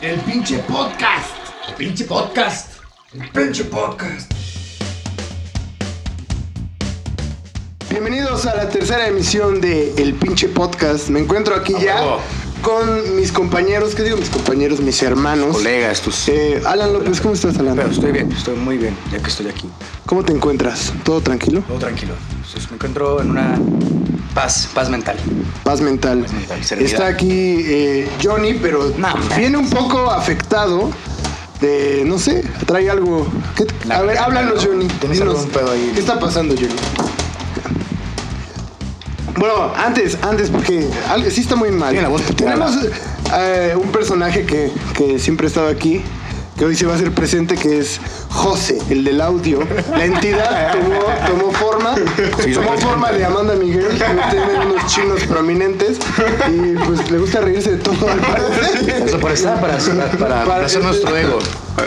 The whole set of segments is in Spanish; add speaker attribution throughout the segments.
Speaker 1: el pinche podcast.
Speaker 2: El pinche podcast.
Speaker 1: El pinche podcast.
Speaker 3: Bienvenidos a la tercera emisión de El pinche podcast. Me encuentro aquí ya
Speaker 1: huevo.
Speaker 3: con mis compañeros, ¿qué digo? Mis compañeros, mis hermanos.
Speaker 1: Colegas, tus.
Speaker 3: Eh, Alan López, ¿cómo estás, Alan?
Speaker 1: Pero estoy bien, estoy muy bien, ya que estoy aquí.
Speaker 3: ¿Cómo te encuentras? ¿Todo tranquilo?
Speaker 1: Todo tranquilo. Entonces, me encuentro en una paz, paz mental.
Speaker 3: Paz mental.
Speaker 1: Paz mental, serenidad.
Speaker 3: Está aquí eh, Johnny, pero
Speaker 1: No, hombre.
Speaker 3: viene un poco afectado de, no sé, trae algo. ¿Qué-
Speaker 1: La
Speaker 3: a ver,
Speaker 1: garganta,
Speaker 3: háblanos,
Speaker 1: ¿no?
Speaker 3: Johnny.
Speaker 1: Tienes
Speaker 3: Dinos,
Speaker 1: algún pedo ahí.
Speaker 3: ¿Qué está pasando, Johnny? Bueno, antes, antes, porque al- sí está muy mal.
Speaker 1: Tiene la voz puteada.
Speaker 3: Tenemos eh, un personaje que, que siempre ha estado aquí, que hoy se va a hacer presente, que es José, el del audio. La entidad tomó, tomó forma,
Speaker 1: Sí,
Speaker 3: tomó
Speaker 1: soy
Speaker 3: forma de Amanda Miguel, que tiene unos chinos prominentes y pues le gusta reírse de todo al parecer.
Speaker 1: Eso por estar para, para,
Speaker 3: Para-
Speaker 1: para hacer nuestro ego.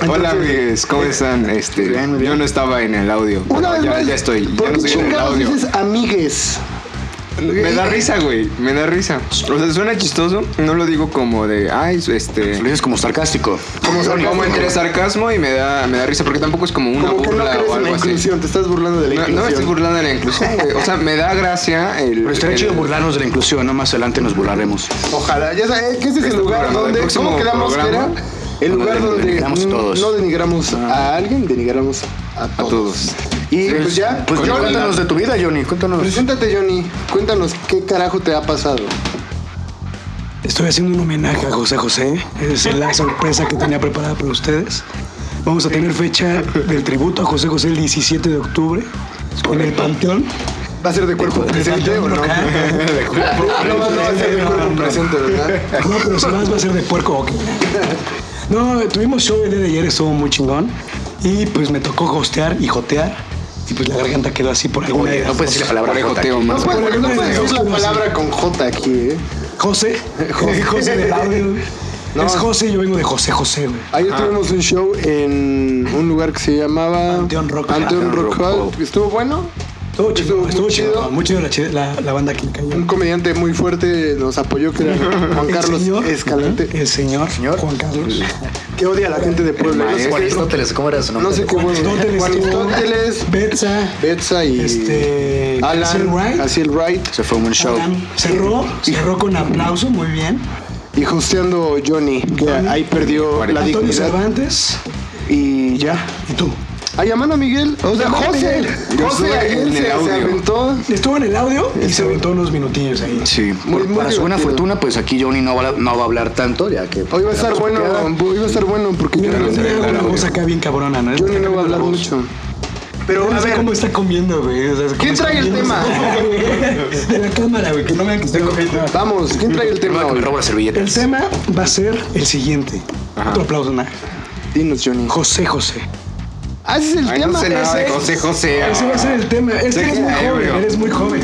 Speaker 4: Hola amigues, ¿cómo están? Este,
Speaker 3: eh, Bien, muy bien.
Speaker 4: Yo no estaba en el audio.
Speaker 3: Una vez
Speaker 4: ya,
Speaker 3: más,
Speaker 4: ya estoy,
Speaker 3: ¿por
Speaker 4: ya no
Speaker 3: qué
Speaker 4: estoy en el
Speaker 3: chingados
Speaker 4: audio.
Speaker 3: dices amigues?
Speaker 4: Me da risa, güey, me da risa. O sea, suena chistoso, no lo digo como de, ay, este...
Speaker 1: dices como sarcástico.
Speaker 4: Como, entre sarcasmo y me da, me da risa, porque tampoco es como una
Speaker 3: Como que no
Speaker 4: burla
Speaker 3: crees
Speaker 4: o
Speaker 3: en la
Speaker 4: algo así.
Speaker 3: inclusión, te estás burlando de la
Speaker 4: No,
Speaker 3: inclusión.
Speaker 4: no me estoy burlando de la inclusión, güey. O sea, me da gracia el...
Speaker 1: Pero estaría
Speaker 4: el-
Speaker 1: chido burlarnos de la inclusión, ¿no? Más adelante nos burlaremos.
Speaker 3: Ojalá, ya sabes, que ese es el
Speaker 4: Este
Speaker 3: lugar
Speaker 4: programa,
Speaker 3: donde.
Speaker 4: el
Speaker 3: ¿Cómo
Speaker 4: próximo
Speaker 3: quedamos que era?
Speaker 4: programa,
Speaker 3: El
Speaker 1: donde
Speaker 3: lugar donde
Speaker 1: denigramos
Speaker 3: mm,
Speaker 1: todos.
Speaker 3: no denigramos a alguien, denigramos a todos.
Speaker 4: todos.
Speaker 3: Y pues ya,
Speaker 1: Pues
Speaker 3: Johnny,
Speaker 1: cuéntanos de tu vida, Johnny. Cuéntanos.
Speaker 3: preséntate, Johnny. Cuéntanos qué carajo te ha pasado.
Speaker 5: Estoy haciendo un homenaje a José José. Es la sorpresa que tenía preparada para ustedes. Vamos a tener fecha del tributo a José José el 17 de octubre en el Panteón.
Speaker 3: ¿Va a ser de cuerpo presente o no? No, no, no va a ser de cuerpo presente, ¿verdad?
Speaker 5: No, pero si más va a ser de puerco. ok. No, tuvimos show el día de ayer, estuvo muy chingón. Y pues me tocó hostear y jotear. Y pues la garganta quedó así por alguna
Speaker 1: Oye,
Speaker 5: idea.
Speaker 1: no puedes decir la palabra
Speaker 4: Parejo,
Speaker 1: jota
Speaker 4: Teo,
Speaker 1: aquí.
Speaker 3: No pues,
Speaker 4: más
Speaker 3: puedes no puedes decir la palabra con J aquí, ¿eh?
Speaker 5: José. José, José del audio. Es José, yo vengo de José José, güey.
Speaker 3: Ayer tuvimos un show en un lugar que se llamaba
Speaker 5: Panteón Rock Hall.
Speaker 3: Panteón
Speaker 1: Panteón
Speaker 3: Rock
Speaker 1: Rock
Speaker 3: Hall.
Speaker 1: Hall.
Speaker 3: ¿Estuvo bueno?
Speaker 5: Estuvo chido,
Speaker 3: muy
Speaker 5: estuvo
Speaker 3: chido.
Speaker 5: chido. Muy chido la, chi- la, la banda que me cayó.
Speaker 3: Un comediante muy fuerte nos apoyó, que era Juan
Speaker 5: El
Speaker 3: Carlos
Speaker 5: señor-
Speaker 3: Escalante,
Speaker 5: El señor,
Speaker 1: Señor.
Speaker 5: Juan Carlos.
Speaker 3: que odia a la gente de Puebla. No sé,
Speaker 1: Juan Aristóteles, ¿cómo era su nombre?
Speaker 3: no sé qué bueno.
Speaker 5: Aristóteles,
Speaker 3: Juan
Speaker 5: tú.
Speaker 3: Aristóteles,
Speaker 5: Betsa.
Speaker 3: Betsa y
Speaker 5: Este, Asiel
Speaker 3: Alan,
Speaker 5: Wright.
Speaker 3: Asiel Wright
Speaker 1: Se fue un show.
Speaker 5: Adam. Cerró, cerró con aplauso, muy bien.
Speaker 3: y hosteando Johnny, que ahí perdió la
Speaker 5: Antonio
Speaker 3: dignidad.
Speaker 5: Cervantes
Speaker 3: Y ya.
Speaker 5: y tú.
Speaker 3: Ay, Amanda Miguel, o sea,
Speaker 5: Amanda
Speaker 3: José,
Speaker 5: Miguel.
Speaker 4: Yo
Speaker 3: José
Speaker 4: estuve
Speaker 3: ayer
Speaker 4: en
Speaker 3: se,
Speaker 4: el
Speaker 3: se
Speaker 4: audio.
Speaker 3: aventó.
Speaker 5: Estuvo en el audio y se aventó unos minutillos ahí.
Speaker 2: Sí.
Speaker 3: Muy,
Speaker 1: Por-
Speaker 3: muy
Speaker 1: para su buena
Speaker 3: divertido.
Speaker 1: fortuna, pues aquí Johnny no va, a- no va a hablar tanto, ya pues, que.
Speaker 3: Hoy va a estar bueno, hoy va a estar bueno porque
Speaker 5: Mira,
Speaker 3: Johnny,
Speaker 5: tenía
Speaker 4: el
Speaker 5: una
Speaker 4: audio.
Speaker 5: voz acá bien cabrona, ¿no?
Speaker 3: Johnny no va a hablar mucho. Pero
Speaker 5: No
Speaker 3: a
Speaker 5: sé
Speaker 3: ver,
Speaker 5: cómo está comiendo, güey. O sea, cómo
Speaker 3: ¿Quién
Speaker 5: está
Speaker 3: trae el
Speaker 5: comiendo esa- De la cámara, güey, que no vean que estoy comiendo.
Speaker 3: vamos, ¿quién trae el tema
Speaker 1: No, que me
Speaker 3: hoy?
Speaker 1: robo la servilleta.
Speaker 5: El tema va a ser el siguiente. Otro aplauso, ¿no?
Speaker 3: Dinos, Johnny.
Speaker 5: José José.
Speaker 3: Ah, ese es el
Speaker 4: Ay,
Speaker 3: tema.
Speaker 4: no sé nada de José José.
Speaker 5: Ese va a ser el tema. Es que
Speaker 4: Sí,
Speaker 5: eres muy
Speaker 4: ebrio.
Speaker 5: joven, eres muy joven.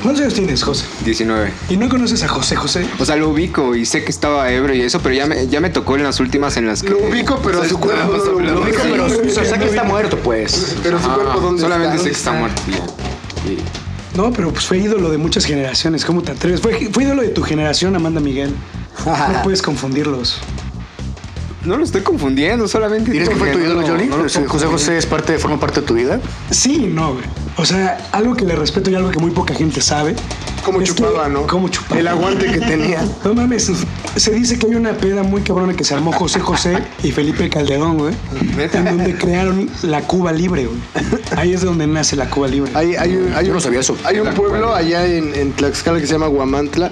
Speaker 5: ¿Cuántos años tienes, José?
Speaker 4: 19.
Speaker 5: ¿Y no conoces a José José?
Speaker 4: O sea, lo ubico y sé que estaba ebrio y eso, pero ya me, ya me tocó en las últimas en las que...
Speaker 3: Lo ubico, pero su cuerpo no lo
Speaker 1: Lo único,
Speaker 3: ubico.
Speaker 1: pero o sea, que está muerto, pues.
Speaker 3: Pero su
Speaker 4: Ah,
Speaker 3: cuerpo, ¿dónde
Speaker 4: solamente
Speaker 3: está?
Speaker 4: sé que está muerto.
Speaker 5: No, pero pues fue ídolo de muchas generaciones. ¿Cómo te atreves? Fue, fue ídolo de tu generación, Amanda Miguel. No puedes confundirlos.
Speaker 4: No lo estoy confundiendo, solamente...
Speaker 1: ¿Dirías que fue tu ídolo, Johnny? Pues,
Speaker 4: No lo estoy
Speaker 1: José José es parte, forma parte de tu vida.
Speaker 5: Sí y no, güey. O sea, algo que le respeto y algo que muy poca gente sabe.
Speaker 3: Como
Speaker 5: es que-
Speaker 3: chupaba, ¿no?
Speaker 5: Como chupaba.
Speaker 3: El aguante que tenía.
Speaker 5: No mames, se dice que hay una peda muy cabrona que se armó José José y Felipe Calderón, güey.
Speaker 4: ¿Neta?
Speaker 5: En donde crearon la Cuba Libre, güey. Ahí es donde nace la Cuba Libre.
Speaker 3: Hay, hay un, hay
Speaker 1: Yo
Speaker 3: un-
Speaker 1: no sabía eso.
Speaker 3: hay un pueblo allá en, en Tlaxcala que se llama Guamantla,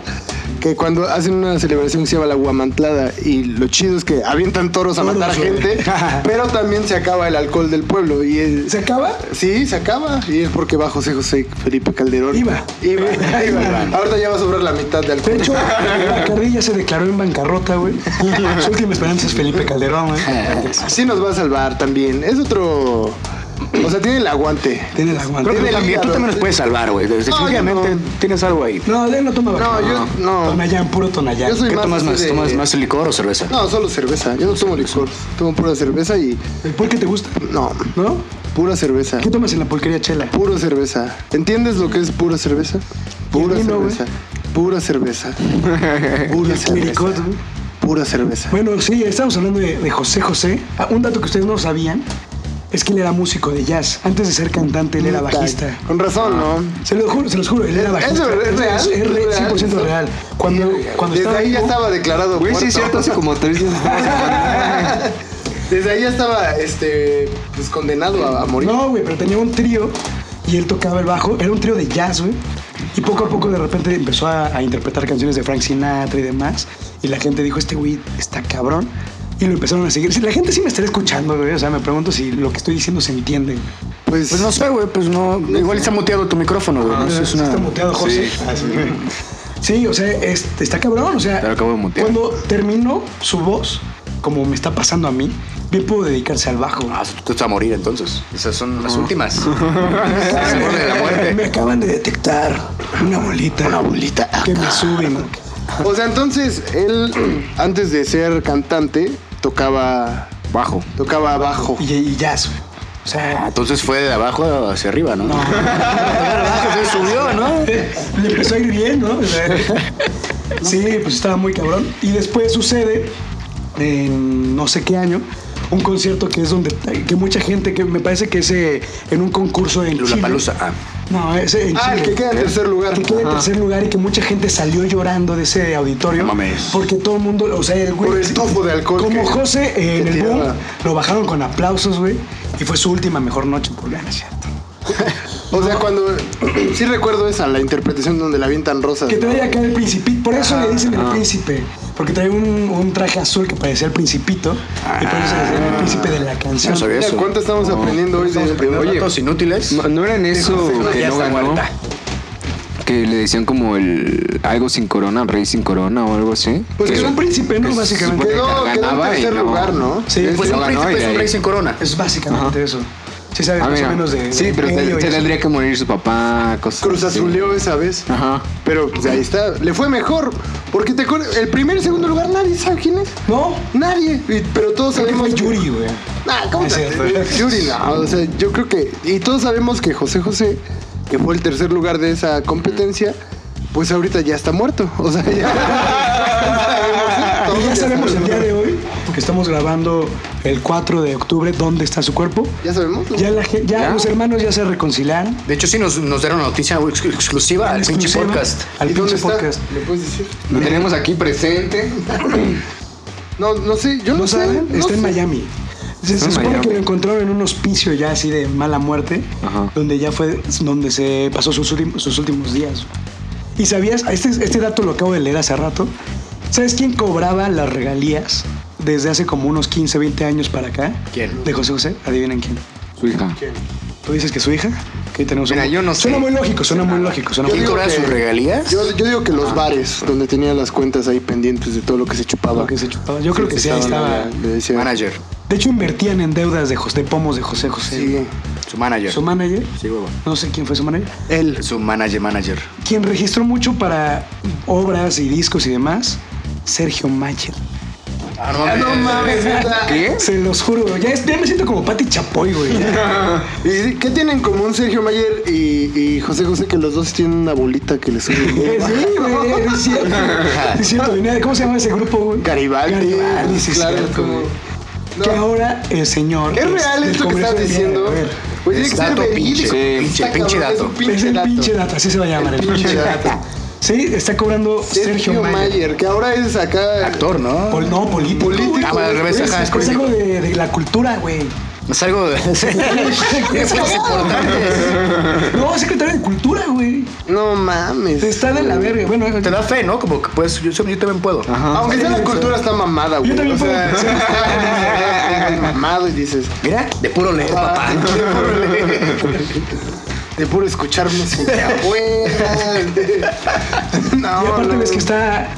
Speaker 3: que cuando hacen una celebración que se llama la Guamantlada, y lo chido es que avientan toros a
Speaker 5: Toros,
Speaker 3: matar
Speaker 5: güey.
Speaker 3: gente, pero también se acaba el alcohol del pueblo. Y el-
Speaker 5: ¿Se acaba?
Speaker 3: Sí, se acaba. Y es porque va José José Felipe Calderón.
Speaker 5: Iba.
Speaker 3: Iba. iba. Ahorita ya va a sobrar la mitad de
Speaker 5: De
Speaker 3: alcohol.
Speaker 5: hecho, Bacardi ya se declaró en bancarrota, güey. Su última esperanza es Felipe Calderón, güey.
Speaker 3: Sí nos va a salvar también. Es otro... O sea, tiene el aguante.
Speaker 5: Tiene la
Speaker 1: Creo que
Speaker 5: guante.
Speaker 3: Tiene
Speaker 1: tú también, tú
Speaker 3: hígado.
Speaker 1: también nos puedes salvar, güey. Definitivamente tienes algo ahí.
Speaker 5: No, él no toma
Speaker 3: No,
Speaker 5: Bacardi.
Speaker 3: yo no.
Speaker 5: Tonayán, puro Tonayán.
Speaker 3: Yo soy
Speaker 1: ¿Qué tomas
Speaker 3: así
Speaker 1: más?
Speaker 3: de-
Speaker 1: ¿Tomas más licor o cerveza?
Speaker 3: No, solo cerveza. Yo no tomo licor. Tomo pura cerveza y.
Speaker 5: ¿Por qué te gusta?
Speaker 3: No,
Speaker 5: ¿No?
Speaker 3: pura cerveza.
Speaker 5: ¿Qué tomas en la pulquería chela?
Speaker 3: Pura cerveza. ¿Entiendes lo que es pura cerveza? Pura
Speaker 5: vino,
Speaker 3: cerveza. Pura cerveza.
Speaker 5: Y
Speaker 3: Pura
Speaker 5: el clericot,
Speaker 3: cerveza.
Speaker 5: güey.
Speaker 3: pura cerveza.
Speaker 5: Bueno, sí, estamos hablando de, de José José. Ah, un dato que ustedes no sabían es que él era músico de jazz. Antes de ser cantante, él era bajista.
Speaker 3: Con razón,
Speaker 2: Ah.
Speaker 3: ¿no?
Speaker 5: Se lo juro, se los juro, él era
Speaker 3: ¿Eso
Speaker 5: bajista.
Speaker 3: es real?
Speaker 5: Es, es re-
Speaker 3: ¿Es real?
Speaker 5: 100% real. Cuando, cuando
Speaker 3: Desde
Speaker 5: estaba
Speaker 3: ahí ya
Speaker 5: vivo-
Speaker 3: estaba declarado
Speaker 4: Güey, sí es
Speaker 3: muerto.
Speaker 4: cierto, hace como tres días.
Speaker 3: Desde ahí ya estaba, este, pues condenado a, a morir.
Speaker 5: No, güey, pero tenía un trío y él tocaba el bajo. Era un trío de jazz, güey. Y poco a poco de repente empezó a, a interpretar canciones de Frank Sinatra y demás. Y la gente dijo, este güey está cabrón. Y lo empezaron a seguir. Si la gente sí me estará escuchando, güey. O sea, me pregunto si lo que estoy diciendo se entiende. güey.
Speaker 3: Pues, Ah,
Speaker 2: Pues no sé, güey, pues no. Igual está muteado tu micrófono,
Speaker 4: Ah,
Speaker 2: güey. no sé, es
Speaker 5: Sí
Speaker 2: una-
Speaker 5: Está muteado, José.
Speaker 4: Sí.
Speaker 5: Ah, Sí, Sí, o sea, es- está cabrón. O sea,
Speaker 4: Te lo acabo de mutear.
Speaker 5: cuando terminó su voz, como me está pasando a mí, bien pudo dedicarse al bajo.
Speaker 1: Ah, tú vas a morir entonces. Esas son las últimas. Es el borde de la
Speaker 5: Me
Speaker 1: muerte.
Speaker 5: acaban de detectar una bolita. Una bolita. Que me suben.
Speaker 3: o sea, entonces, él, antes de ser cantante, tocaba,
Speaker 1: Bajo.
Speaker 3: tocaba bajo.
Speaker 5: Y, y jazz, güey. O sea,
Speaker 1: Entonces fue de abajo hacia arriba, ¿no?
Speaker 2: Se subió, ¿no?
Speaker 5: le empezó a ir bien, ¿no? O sea, sí, pues estaba muy cabrón. Y después sucede, en no sé qué año, un concierto que es donde que mucha gente, que me parece que es eh, en un concurso en Chile.
Speaker 1: Lulapalooza. Ah.
Speaker 5: No, es eh, en
Speaker 3: Ah, el
Speaker 5: Chile.
Speaker 3: que queda en tercer lugar.
Speaker 5: que queda en tercer lugar y que mucha gente salió llorando de ese auditorio.
Speaker 1: No mames.
Speaker 5: Porque todo el mundo, o sea, el güey.
Speaker 3: Por el tufo de alcohol
Speaker 5: Como
Speaker 3: que-
Speaker 5: José eh,
Speaker 3: que
Speaker 5: en el boom,
Speaker 3: tiraba.
Speaker 5: lo bajaron con aplausos, güey. Y fue su última mejor noche por ganas, ¿cierto?
Speaker 3: O sea, cuando. sí recuerdo esa, la interpretación donde la avientan rosas.
Speaker 5: Que trae acá el principito. Por eso le dicen el
Speaker 4: ah.
Speaker 5: príncipe. Porque trae un, un traje azul que parecía el principito. y por eso le decían el príncipe de la canción.
Speaker 1: No sabía.
Speaker 3: Mira,
Speaker 1: eso.
Speaker 3: ¿cuánto estamos aprendiendo hoy? de-
Speaker 1: Oye,
Speaker 4: Oye.
Speaker 1: datos inútiles.
Speaker 4: No, no era en eso que
Speaker 1: Ya
Speaker 4: no
Speaker 1: está
Speaker 4: ganó.
Speaker 1: muerta.
Speaker 4: Que le decían como el algo sin corona, rey sin corona o algo así.
Speaker 5: Pues que es un príncipe, ¿no?
Speaker 4: que se
Speaker 5: Básicamente.
Speaker 4: supone que
Speaker 3: Quedó, quedó en
Speaker 4: ganaba y
Speaker 3: tercer lugar, ¿no?
Speaker 5: Sí,
Speaker 4: Ese
Speaker 1: Pues
Speaker 5: pues
Speaker 1: un
Speaker 4: no ganó
Speaker 1: príncipe
Speaker 4: y
Speaker 1: es un
Speaker 4: ahí-
Speaker 1: rey sin corona.
Speaker 5: es básicamente eso. Sí, sabes,
Speaker 4: Ah,
Speaker 5: más
Speaker 4: mira.
Speaker 5: o menos de.
Speaker 4: Sí,
Speaker 5: de
Speaker 4: pero
Speaker 5: medio
Speaker 4: se,
Speaker 5: y
Speaker 4: se
Speaker 5: eso.
Speaker 4: tendría que morir su papá, cosas.
Speaker 3: Cruz
Speaker 4: así.
Speaker 3: Azuleó esa vez.
Speaker 4: Ajá.
Speaker 3: Pero pues, ahí está. Le fue mejor. Porque te acuerdas, el primer y segundo lugar nadie sabe quién es.
Speaker 5: No,
Speaker 3: Nadie. Y- pero todos
Speaker 5: creo que
Speaker 3: sabemos.
Speaker 5: fue Yuri, güey.
Speaker 3: Nah, ¿cómo
Speaker 5: Es
Speaker 3: te-
Speaker 5: cierto.
Speaker 3: Yuri, no. O sea, yo creo que. Y todos sabemos que José José, que fue el tercer lugar de esa competencia, pues ahorita ya está muerto. O sea, ya.
Speaker 5: Y ya sabemos el día de hoy, que estamos grabando el 4 de octubre, dónde está su cuerpo.
Speaker 3: Ya sabemos.
Speaker 5: Ya, la gen- ya los hermanos ya se reconciliaron.
Speaker 1: De hecho, sí nos, nos dieron noticia ex- exclusiva al pinche
Speaker 5: Exclusiva
Speaker 1: podcast.
Speaker 5: Al
Speaker 3: ¿Y
Speaker 5: pinche
Speaker 3: dónde está?
Speaker 5: podcast.
Speaker 3: ¿Le puedes decir?
Speaker 4: Lo tenemos aquí presente.
Speaker 3: No, no sé, yo no,
Speaker 5: ¿No
Speaker 3: sé.
Speaker 5: saben?
Speaker 3: no
Speaker 5: Está en
Speaker 3: sé.
Speaker 5: Miami. Se, se
Speaker 4: en
Speaker 5: supone que
Speaker 4: Miami.
Speaker 5: lo encontraron en un hospicio ya así de mala muerte,
Speaker 4: Ajá.
Speaker 5: donde ya fue donde se pasó sus, últim- sus últimos días. Y sabías, este, este dato lo acabo de leer hace rato. ¿Sabes quién cobraba las regalías desde hace como unos 15, 20 años para acá?
Speaker 1: ¿Quién?
Speaker 5: De José José. Adivinen quién.
Speaker 4: Su hija.
Speaker 5: ¿Tú dices que su hija? Que ahí tenemos
Speaker 4: Mira,
Speaker 5: un-
Speaker 4: yo no sé.
Speaker 5: Suena muy lógico, suena muy lógico. Suena
Speaker 3: Yo
Speaker 5: muy
Speaker 1: ¿Quién
Speaker 3: digo
Speaker 1: cobraba
Speaker 3: que-
Speaker 1: sus regalías?
Speaker 3: Yo, yo digo que los bares, donde tenía las cuentas ahí pendientes de todo lo que se chupaba.
Speaker 5: lógico que se chupaba. Yo creo que sí, ahí
Speaker 3: Estaba-
Speaker 5: estaba.
Speaker 3: le decía-
Speaker 1: Manager.
Speaker 5: De hecho, invertían en deudas de, Jos- de pomos de José José.
Speaker 3: Sí,
Speaker 1: Su manager.
Speaker 5: Su manager.
Speaker 1: Sí, huevo.
Speaker 5: No sé quién fue su manager.
Speaker 1: Él. Su manager, manager.
Speaker 5: Quien registró mucho para obras y discos y demás, Sergio Mayer.
Speaker 1: Ah, no mames.
Speaker 4: ¿Qué?
Speaker 5: Se los juro, ya, es- ya me siento como Pati Chapoy, güey.
Speaker 3: Ah, ¿Y qué tienen en común Sergio Mayer y, y José José? Que los dos tienen una bolita que les sube.
Speaker 5: Sí, güey, es cierto. Es cierto, venía de- ¿cómo se llama ese grupo, güey?
Speaker 3: Garibaldi.
Speaker 5: Garibaldi, sí, es
Speaker 3: claro,
Speaker 5: cierto,
Speaker 3: como-
Speaker 5: güey.
Speaker 3: No.
Speaker 5: Que ahora el señor.
Speaker 3: ¿Es real
Speaker 5: del
Speaker 3: esto que
Speaker 5: Congreso
Speaker 3: estás
Speaker 5: del día-
Speaker 3: diciendo?
Speaker 5: A ver,
Speaker 3: Pues tiene
Speaker 1: Es
Speaker 3: que ser
Speaker 1: dato
Speaker 3: verídico.
Speaker 1: pinche, pinche,
Speaker 3: Está
Speaker 1: pinche
Speaker 3: cabrón, es un
Speaker 1: dato.
Speaker 5: es el pinche dato, así se va a llamar. El pinche dato. Sí, está cobrando Sergio,
Speaker 3: Sergio
Speaker 5: Mayer.
Speaker 3: Mayer, que ahora es acá.
Speaker 1: Actor, ¿no?
Speaker 5: Pol- no, político.
Speaker 3: Político.
Speaker 5: güey.
Speaker 1: Ah, bueno, al revés,
Speaker 5: es,
Speaker 1: ajá, es
Speaker 5: es algo de, de la cultura, güey.
Speaker 1: Es algo de. Es cosas importantes.
Speaker 5: No, secretario de cultura, güey.
Speaker 3: No mames.
Speaker 5: Está de la verga. Bueno,
Speaker 1: Te da fe, ¿no? Como que puedes. Yo, yo también puedo.
Speaker 3: Aunque sea la cultura está mamada, güey.
Speaker 5: también
Speaker 3: o sea,
Speaker 5: puedo
Speaker 3: estás mamado y dices, "Ah,
Speaker 1: Mira, de puro leer, papá.
Speaker 3: de puro escuchar música buena. No,
Speaker 5: y aparte
Speaker 3: no.
Speaker 5: ves que está.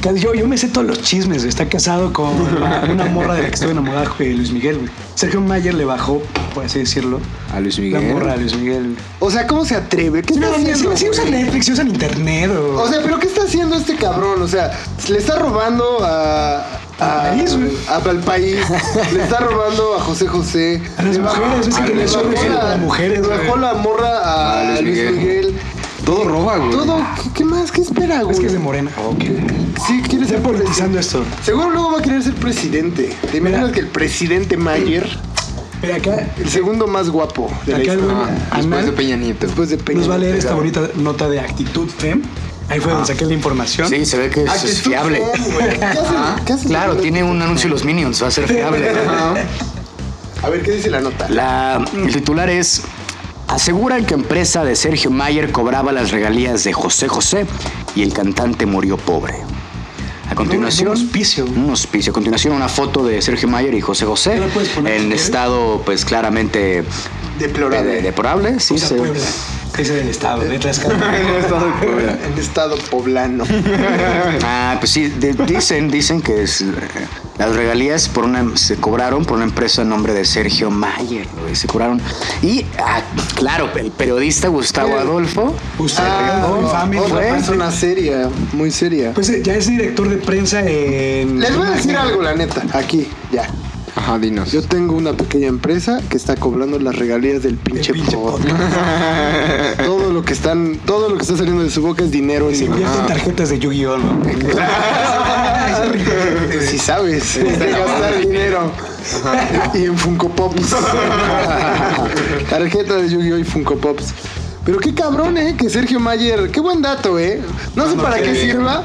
Speaker 5: que Yo, yo me sé todos los chismes, güey. Está casado con una, una morra de la que estuve enamorada, güey, Luis Miguel, güey. Sergio Mayer le bajó, por así decirlo,
Speaker 4: A Luis
Speaker 5: la
Speaker 4: Miguel.
Speaker 5: morra a Luis Miguel, güey.
Speaker 3: O sea, ¿cómo se atreve? ¿Qué
Speaker 5: Sí,
Speaker 3: está
Speaker 5: no, sí,
Speaker 3: haciendo?
Speaker 5: sí
Speaker 3: güey?
Speaker 5: usan Netflix, sí usan internet, o.
Speaker 3: O sea, ¿pero qué está haciendo este cabrón? O sea, le está robando a... a-
Speaker 5: Al país, güey.
Speaker 3: a- al país. Le está robando a José José.
Speaker 5: A las
Speaker 3: Le bajó-
Speaker 5: mujeres, ves que
Speaker 3: le
Speaker 5: le sube
Speaker 3: bajó
Speaker 5: a
Speaker 3: la-
Speaker 5: las mujeres,
Speaker 3: le
Speaker 5: güey.
Speaker 3: bajó la morra a,
Speaker 4: A Luis
Speaker 3: Luis Miguel.
Speaker 4: Miguel. Todo roba, güey.
Speaker 3: Todo, ¿qué, qué más? ¿Qué espera, güey?
Speaker 5: Es que es de morena.
Speaker 3: Sí, ¿quién es
Speaker 5: Se
Speaker 3: el
Speaker 5: politizando esto.
Speaker 3: Seguro luego va a querer ser presidente. ¿Te imaginas que el presidente Mayer,
Speaker 5: Pero acá,
Speaker 3: el segundo más guapo de la
Speaker 5: acá el
Speaker 3: historia,
Speaker 5: buen
Speaker 1: Después de
Speaker 5: Anal
Speaker 1: Peña Nieto.
Speaker 3: después de Peña
Speaker 5: nos va a leer esta
Speaker 3: Nieto,
Speaker 5: bonita nota de Actitud Fem. Ahí fue donde
Speaker 3: Ah.
Speaker 5: saqué la información.
Speaker 1: Sí, se ve que es,
Speaker 3: Actitud
Speaker 1: fiable.
Speaker 3: Fem, Ah, güey. ¿Qué hacen? ¿Qué hacen?
Speaker 1: Claro, tiene un anuncio de los Minions, va a ser fiable.
Speaker 3: A ver, ¿qué dice la nota?
Speaker 1: La, el titular es... Aseguran que empresa de Sergio Mayer cobraba las regalías de José José y el cantante murió pobre. A continuación...
Speaker 5: Un hospicio.
Speaker 1: Un hospicio. A continuación una foto de Sergio Mayer y José José
Speaker 5: ¿Ya la puedes poner, si
Speaker 1: en
Speaker 5: quieres?
Speaker 1: estado pues claramente
Speaker 3: Deplorable.
Speaker 1: de- deplorable. Sí,
Speaker 5: O sea,
Speaker 1: se-
Speaker 5: Puebla. Dice del estado, de Tlaxcala.
Speaker 3: En estado poblano.
Speaker 1: Ah, pues sí, de- dicen, dicen que es, eh, las regalías por una, se cobraron por una empresa a nombre de Sergio Mayer, güey, se cobraron. Y, ah, claro, el periodista Gustavo Adolfo,
Speaker 5: Usted,
Speaker 3: Ah,
Speaker 5: Hoy Family,
Speaker 3: otra
Speaker 5: güey.
Speaker 3: persona seria, muy seria.
Speaker 5: Pues eh, ya es director de prensa en.
Speaker 3: Les voy a decir algo, la neta. Aquí, ya.
Speaker 4: Ajá, dinos.
Speaker 3: Yo tengo una pequeña empresa que está cobrando las regalías del pinche,
Speaker 5: pinche
Speaker 3: podcast. todo lo que están, todo lo que está saliendo de su boca es dinero en
Speaker 5: Se
Speaker 3: mi mano.
Speaker 5: invierte en tarjetas de Yu-Gi-Oh! ¿no?
Speaker 3: Si sabes, está gastar dinero. Y en Funko Pops. Tarjeta de Yu-Gi-Oh! y Funko Pops. Pero qué cabrón, eh, que Sergio Mayer, qué buen dato, eh. No sé para qué sirva.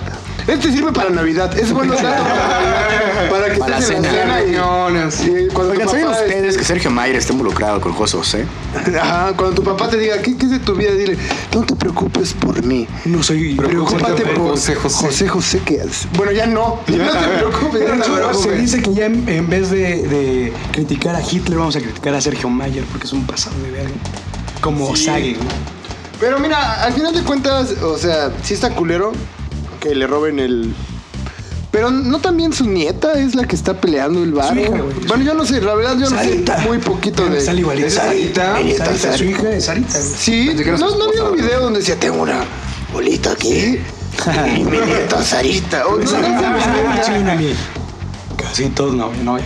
Speaker 3: Este sirve para Navidad, es bueno dato para Navidad, para que
Speaker 1: Para
Speaker 3: estés en la
Speaker 1: cenar.
Speaker 3: cena y, y cuando tu
Speaker 1: oigan, ¿saben
Speaker 3: papá este,
Speaker 1: ustedes que Sergio Mayer está involucrado con José José?
Speaker 3: Ajá, cuando tu papá te diga, ¿qué, qué es de tu vida? Dile, no te preocupes por mí.
Speaker 5: No soy.
Speaker 3: Preocúpate
Speaker 5: Pero-
Speaker 3: por
Speaker 4: José José.
Speaker 3: José José, ¿qué haces? Bueno, ya no. Ya no te preocupes. ya
Speaker 5: De
Speaker 3: no te
Speaker 5: hecho,
Speaker 3: preocupes.
Speaker 5: se dice que ya en, en vez de, de criticar a Hitler, vamos a criticar a Sergio Mayer porque es un pasado de verga. Como Sage.
Speaker 3: Pero mira, al final de cuentas, o sea, sí está culero que le roben el. Pero no también su nieta es la que está peleando el bar.
Speaker 5: hija, güey.
Speaker 3: Bueno, yo no sé, la verdad yo no sé
Speaker 5: Sarita.
Speaker 3: muy poquito de.
Speaker 5: Sale igualito. Sarita. Sarita, su hija es Sarita.
Speaker 3: Sí, no, no vi un video donde decía, tengo una bolita aquí. Y mi nieta Sarita. O no, no decía mi nieta.
Speaker 5: Chile, una mía. Casi todos no, no.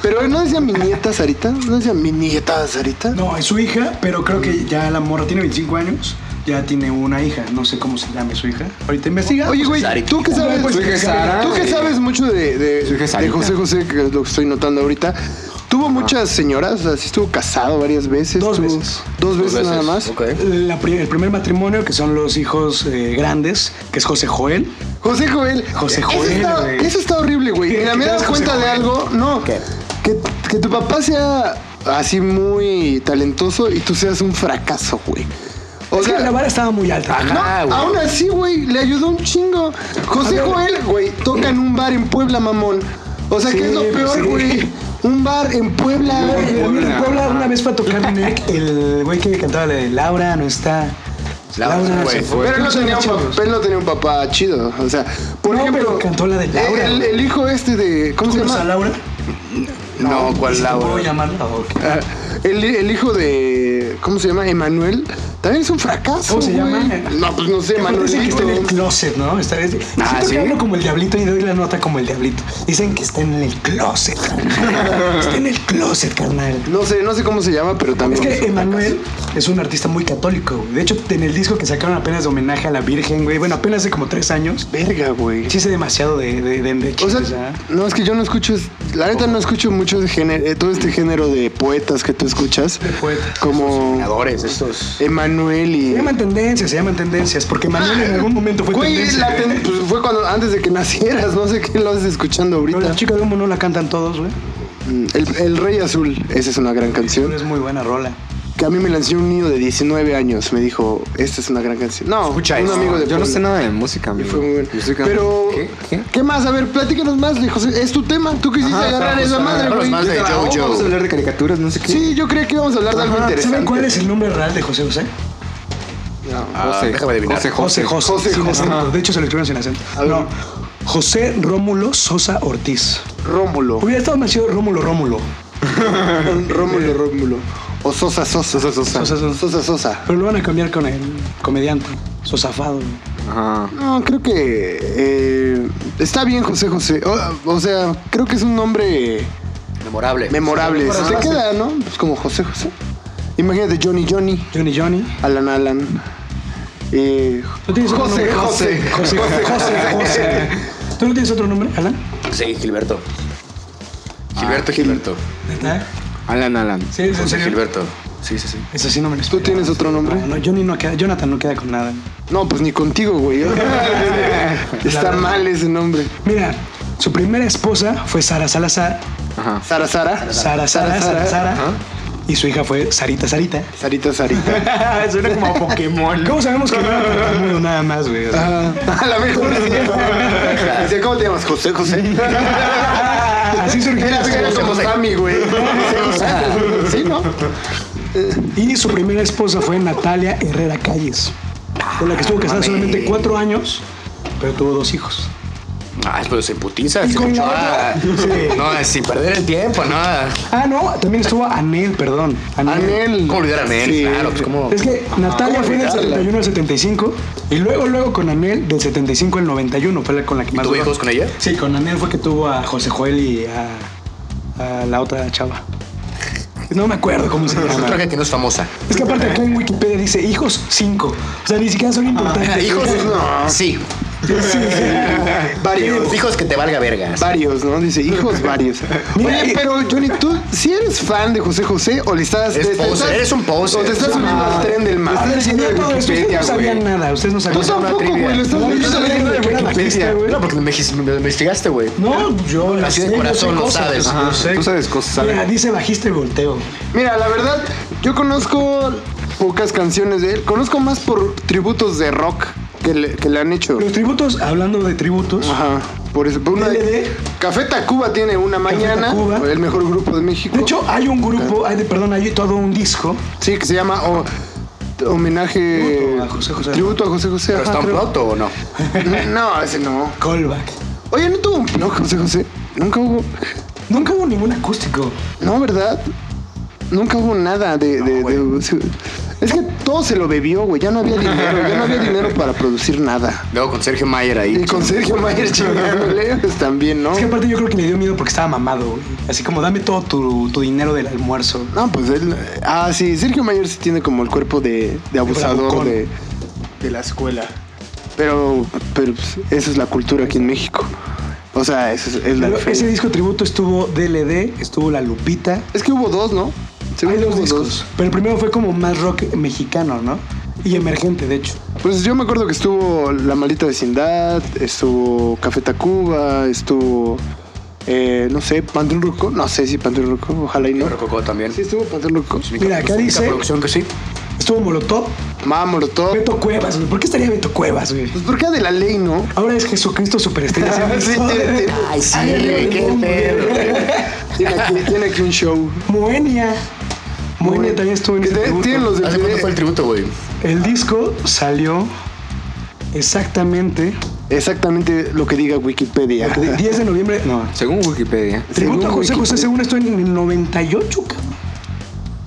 Speaker 3: Pero no decía mi nieta Sarita. No decía mi nieta Sarita.
Speaker 5: No, es su hija, pero creo que ya la morra tiene 25 años. Ya tiene una hija, no sé cómo se llame su hija. Ahorita investiga.
Speaker 3: Oye, güey, tú que sabes,
Speaker 4: Su hija es Sara,
Speaker 3: tú que
Speaker 4: güey.
Speaker 3: sabes mucho de, de-
Speaker 4: Su hija es
Speaker 3: de
Speaker 4: Sarita.
Speaker 3: José José, que es lo que estoy notando ahorita, tuvo muchas señoras, o sea, sí estuvo casado varias veces.
Speaker 5: Dos
Speaker 3: tuvo-
Speaker 5: veces.
Speaker 3: Dos veces, nada más.
Speaker 5: La pri- el primer matrimonio, que son los hijos eh, grandes, que es José Joel.
Speaker 3: José Joel.
Speaker 5: José
Speaker 3: Eso
Speaker 5: Joel,
Speaker 3: está- Eso
Speaker 5: güey.
Speaker 3: está, horrible, güey.
Speaker 5: ¿Qué-
Speaker 3: Mira,
Speaker 5: qué
Speaker 3: me das
Speaker 5: tal José
Speaker 3: cuenta de
Speaker 5: Joel?
Speaker 3: algo. No. Que, que tu papá sea así muy talentoso y tú seas un fracaso, güey. O
Speaker 5: Es que
Speaker 3: sea,
Speaker 5: la vara estaba muy alta.
Speaker 1: Ajá. Ah,
Speaker 3: No,
Speaker 1: güey.
Speaker 3: aún así, güey, le ayudó un chingo. José Joel, güey, toca en un bar en Puebla, mamón. O sea, que es lo
Speaker 5: Sí,
Speaker 3: peor,
Speaker 5: sí.
Speaker 3: güey. Un bar en Puebla,
Speaker 5: Güey,
Speaker 3: güey.
Speaker 5: a mí En Puebla una vez fue a tocar Nick, el güey que cantaba la de Laura no está.
Speaker 1: Laura se fue,
Speaker 5: se
Speaker 1: fue.
Speaker 3: Pero no
Speaker 5: Pinche
Speaker 3: tenía, un
Speaker 5: machos.
Speaker 3: papá, no tenía un papá chido. O sea, por
Speaker 5: No,
Speaker 3: ejemplo.
Speaker 5: pero cantó la de Laura,
Speaker 3: El,
Speaker 5: güey.
Speaker 3: el hijo este de. ¿Cómo
Speaker 5: ¿Tú
Speaker 3: se
Speaker 5: conoces a
Speaker 3: llama?
Speaker 5: Laura?
Speaker 1: No,
Speaker 5: ¿Sí
Speaker 1: ¿cuál
Speaker 5: te ¿Puedo
Speaker 1: Laura?
Speaker 5: llamarla? ¿O qué?
Speaker 3: Ah, El, el hijo de. ¿Cómo se llama? Emanuel. También es un fracaso.
Speaker 5: ¿Cómo se
Speaker 3: güey.
Speaker 5: llama?
Speaker 3: No, pues no sé,
Speaker 5: Aparte Dicen que está en el
Speaker 3: Emanuelito.
Speaker 5: closet, ¿no? Está, es- siento que
Speaker 1: Ah, ¿sí?
Speaker 5: hablo como el diablito y doy la nota como el diablito. Dicen que está en el closet. está en el closet, carnal.
Speaker 3: No sé, no sé cómo se llama, pero
Speaker 5: Es
Speaker 3: también.
Speaker 5: que
Speaker 3: un
Speaker 5: Emanuel es un artista muy católico. güey. De hecho, en el disco que sacaron apenas de homenaje a la Virgen, güey, bueno, apenas hace como tres años,
Speaker 3: fracaso. Verga, güey.
Speaker 5: sí sé demasiado de, de, de, de
Speaker 3: O sea,
Speaker 5: chistes, ¿ah?
Speaker 3: no, es que yo no escucho, la neta no escucho mucho de género, eh, todo este género de poetas que tú escuchas.
Speaker 5: poetas.
Speaker 3: Como
Speaker 1: Ganadores, estos.
Speaker 3: Emanuel y...
Speaker 5: Se llaman tendencias, se llaman tendencias, porque Manuel en algún momento fue
Speaker 3: Güey,
Speaker 5: tendencia.
Speaker 3: la ten- pues fue cuando, antes de que nacieras, no sé qué lo haces escuchando
Speaker 5: Pero
Speaker 3: ahorita.
Speaker 5: la chica de humo no la cantan todos, güey.
Speaker 3: Mm, El, El Rey Azul, esa es una gran canción.
Speaker 5: Es muy buena rola.
Speaker 3: Que a mí me lanzó un niño de 19 años, me dijo, esta es una gran canción. No,
Speaker 1: Escucha
Speaker 3: un
Speaker 1: esto.
Speaker 3: amigo de
Speaker 4: Yo no sé
Speaker 3: Puebla.
Speaker 4: nada de
Speaker 3: Y
Speaker 4: música, amigo.
Speaker 3: fue muy bueno.
Speaker 4: Yo estoy
Speaker 3: Pero,
Speaker 4: cantando-
Speaker 3: ¿Qué?
Speaker 4: ¿Qué? ¿Qué?
Speaker 3: más? A ver, platícanos más, lejos. Es tu tema, tú quisiste
Speaker 4: Ajá,
Speaker 3: agarrar
Speaker 4: estábamos
Speaker 3: esa madre,
Speaker 1: hablando
Speaker 3: güey.
Speaker 1: más de
Speaker 3: Yo-
Speaker 1: Joe.
Speaker 4: Oh, Vamos a hablar de caricaturas, no sé qué.
Speaker 3: Sí, yo creía que íbamos a hablar de algo interesante. ¿eh?
Speaker 5: ¿Saben cuál es el nombre real de José José?
Speaker 1: Ah, déjame adivinar.
Speaker 4: José, José, José.
Speaker 5: José.
Speaker 3: José
Speaker 5: sin
Speaker 3: José.
Speaker 5: acento. De hecho, se lo escribieron sin acento.
Speaker 3: ver.
Speaker 5: No. José Rómulo Sosa Ortiz.
Speaker 3: Rómulo.
Speaker 5: Hubiera estado más chido Rómulo Rómulo.
Speaker 3: Rómulo, Rómulo. O Sosa, Sosa. Sosa,
Speaker 5: Sosa, Sosa.
Speaker 3: Sosa, Sosa.
Speaker 5: Pero lo van a cambiar con el comediante Sosafado. güey.
Speaker 4: Ajá.
Speaker 3: No, creo que eh, está bien José José. O, o sea, creo que es un nombre
Speaker 1: Memorable.
Speaker 3: memorable. Se queda, ¿no? Pues como José José. Imagínate Johnny Johnny,
Speaker 5: Johnny Johnny.
Speaker 3: Alan Alan. Eh,
Speaker 5: ¿Tú tienes otro
Speaker 3: José,
Speaker 5: nombre?
Speaker 3: José.
Speaker 5: José José. José. Tú no tienes otro nombre, Alan?
Speaker 1: Sí, Gilberto. Gilberto, Gilberto.
Speaker 5: ¿Neta?
Speaker 4: Alan, Alan.
Speaker 5: Sí, es en
Speaker 1: José
Speaker 5: serio.
Speaker 1: Gilberto. Sí, sí, sí.
Speaker 5: Eso sí no me lo
Speaker 3: ¿Tú
Speaker 5: esperaba.
Speaker 3: tienes otro nombre?
Speaker 5: No, Johnny no queda, Jonathan no queda con nada.
Speaker 3: No, pues ni contigo, güey. Está mal ese nombre.
Speaker 5: Mira, su primera esposa fue Sara Salazar.
Speaker 4: Ajá.
Speaker 3: Sara Sara.
Speaker 5: Sara, Sara, Sara, Sara.
Speaker 4: Ajá.
Speaker 5: Y su hija fue Sarita, Sarita.
Speaker 3: Sarita Sarita.
Speaker 5: Suena como Pokémon. ¿Cómo sabemos que no era tartamudo nada más, güey? O sea,
Speaker 3: A la mejor sí. Dice, ¿cómo te llamas? José José.
Speaker 5: Así surgieron
Speaker 3: Era
Speaker 5: las
Speaker 3: era
Speaker 5: cosas.
Speaker 3: como Sammy, güey. Sí, ¿no?
Speaker 5: Y su primera esposa fue Natalia Herrera Calles, con la que estuvo casada solamente cuatro años, pero tuvo dos hijos.
Speaker 1: Ah, pero se putiza.
Speaker 5: ¿Y
Speaker 1: se
Speaker 5: con
Speaker 1: escuchó
Speaker 5: la
Speaker 1: a- No, es sin perder el tiempo, nada.
Speaker 5: Ah, no, también estuvo Anel, perdón. Anel.
Speaker 3: Anel.
Speaker 1: ¿Cómo olvidar a Nel?
Speaker 3: Sí.
Speaker 1: Claro, pues cómo.
Speaker 5: Es que Natalia fue del
Speaker 1: olvidarla?
Speaker 5: 71 al 75 y luego luego con Anel del 75 al 91 fue la con la que más
Speaker 1: ¿Tuvo
Speaker 5: duró.
Speaker 1: hijos con ella?
Speaker 5: Sí, con Anel fue que tuvo a José Joel y a, a la otra chava. No me acuerdo cómo se
Speaker 1: Es otra
Speaker 5: llama.
Speaker 1: que no es famosa.
Speaker 5: Es que aparte aquí en Wikipedia dice hijos 5. O sea, ni siquiera son importantes.
Speaker 1: Ah, Hijos, sí.
Speaker 3: Varios.
Speaker 1: Hijos que te valga vergas.
Speaker 3: Varios, ¿no? Dice, hijos varios.
Speaker 5: Mira,
Speaker 3: Oye,
Speaker 5: y-
Speaker 3: pero Johnny, ¿tú sí eres fan de José José o le estás...
Speaker 1: Eres
Speaker 3: te- te
Speaker 1: poser,
Speaker 3: estás-
Speaker 1: eres un poser.
Speaker 3: O te estás subiendo al tren del
Speaker 5: Ustedes
Speaker 3: mar.
Speaker 5: sabían todo esto, ustedes no sabían nada, ustedes no sabían
Speaker 3: Tú tampoco,
Speaker 1: trivia.
Speaker 3: güey, lo estás
Speaker 5: No, yo
Speaker 3: leyendo
Speaker 5: estoy leyendo
Speaker 3: de
Speaker 5: de Wikipedia.
Speaker 3: Wikipedia.
Speaker 1: No, porque me, me investigaste, güey.
Speaker 5: No, yo la
Speaker 1: Así de
Speaker 5: sé, yo
Speaker 1: corazón
Speaker 5: sé
Speaker 1: lo
Speaker 5: cosas,
Speaker 1: sabes.
Speaker 5: yo
Speaker 1: Ajá,
Speaker 5: sé.
Speaker 4: tú sabes cosas, ¿sabes?
Speaker 5: Mira, dice bajista y volteo.
Speaker 3: Mira, la verdad, yo conozco pocas canciones de él. Conozco más por tributos de rock que le, que le han hecho.
Speaker 5: Los tributos, hablando de tributos,
Speaker 3: Ajá. Por eso, por una
Speaker 5: LD.
Speaker 3: Café Tacuba tiene una mañana,
Speaker 5: Tacuba.
Speaker 3: el mejor grupo de México.
Speaker 5: de hecho hay un grupo, hay de, perdón, hay todo un disco.
Speaker 3: sí, que se llama o- Homenaje.
Speaker 5: Tributo a José José.
Speaker 3: Tributo a José José.
Speaker 1: ¿Pero
Speaker 3: ajá,
Speaker 1: está un
Speaker 3: creo.
Speaker 1: plato o no?
Speaker 3: No, ese no.
Speaker 5: Callback.
Speaker 3: Oye, ¿no tuvo un blog José José? Nunca hubo.
Speaker 5: Nunca hubo ningún acústico.
Speaker 3: No, ¿verdad? Nunca hubo nada de. de- de- es que todo se lo bebió, güey. Ya no había dinero. Ya no había dinero para producir nada.
Speaker 1: Luego con Sergio Mayer ahí.
Speaker 3: Y con Sergio Mayer chingándole, pues también, ¿no?
Speaker 5: Es que aparte yo creo que le dio miedo porque estaba mamado. güey. Así como dame todo tu, tu dinero del almuerzo.
Speaker 3: No, pues él. Ah, sí, Sergio Mayer sí tiene como el cuerpo de, de abusador
Speaker 5: bravucón.
Speaker 3: de, de la escuela. Pero, pero pues, esa es la cultura aquí en México. O sea, esa es, es la
Speaker 5: Pero ese
Speaker 3: diferencia.
Speaker 5: disco tributo estuvo DLD, estuvo La Lupita.
Speaker 3: Es que hubo dos, ¿no? Según
Speaker 5: Hay
Speaker 3: yo
Speaker 5: dos
Speaker 3: hubo
Speaker 5: discos. Pero el primero fue como más rock mexicano, ¿no? Y emergente, de hecho.
Speaker 3: Pues yo me acuerdo que estuvo La Maldita Vecindad, estuvo Café Tacuba, estuvo. eh, no sé, Panteón Ruco. No sé si Panteón Ruco, ojalá y no.
Speaker 1: Rococó también.
Speaker 3: Sí, estuvo Panteón Ruco.
Speaker 5: Mira, acá
Speaker 1: Única
Speaker 5: dice-
Speaker 1: producción que sí.
Speaker 5: Estuvo Molotov,
Speaker 3: Mamorotó.
Speaker 5: Beto Cuevas, güey. ¿Por qué estaría Beto Cuevas, güey?
Speaker 3: Pues porque de la ley, ¿no?
Speaker 5: Ahora es Jesucristo Superestrella.
Speaker 3: Sí,
Speaker 5: ¿sí?
Speaker 3: tiene- tiene-
Speaker 1: Ay, sí,
Speaker 5: Ay,
Speaker 1: qué
Speaker 5: no,
Speaker 1: pedo. güey.
Speaker 3: Tiene aquí, tiene aquí un show.
Speaker 5: Moenia. Moenia también estuvo en
Speaker 3: Que
Speaker 5: ese
Speaker 3: te-
Speaker 5: tributo.
Speaker 3: tienen los de
Speaker 1: ¿Hace cuánto fue el tributo, güey?
Speaker 5: El disco salió exactamente
Speaker 3: Exactamente lo que diga Wikipedia.
Speaker 5: el 10 de noviembre. No.
Speaker 4: Según Wikipedia.
Speaker 5: Tributo a
Speaker 3: Según
Speaker 5: José José,
Speaker 3: Wikipedia.
Speaker 5: según esto, en el 98, cabrón.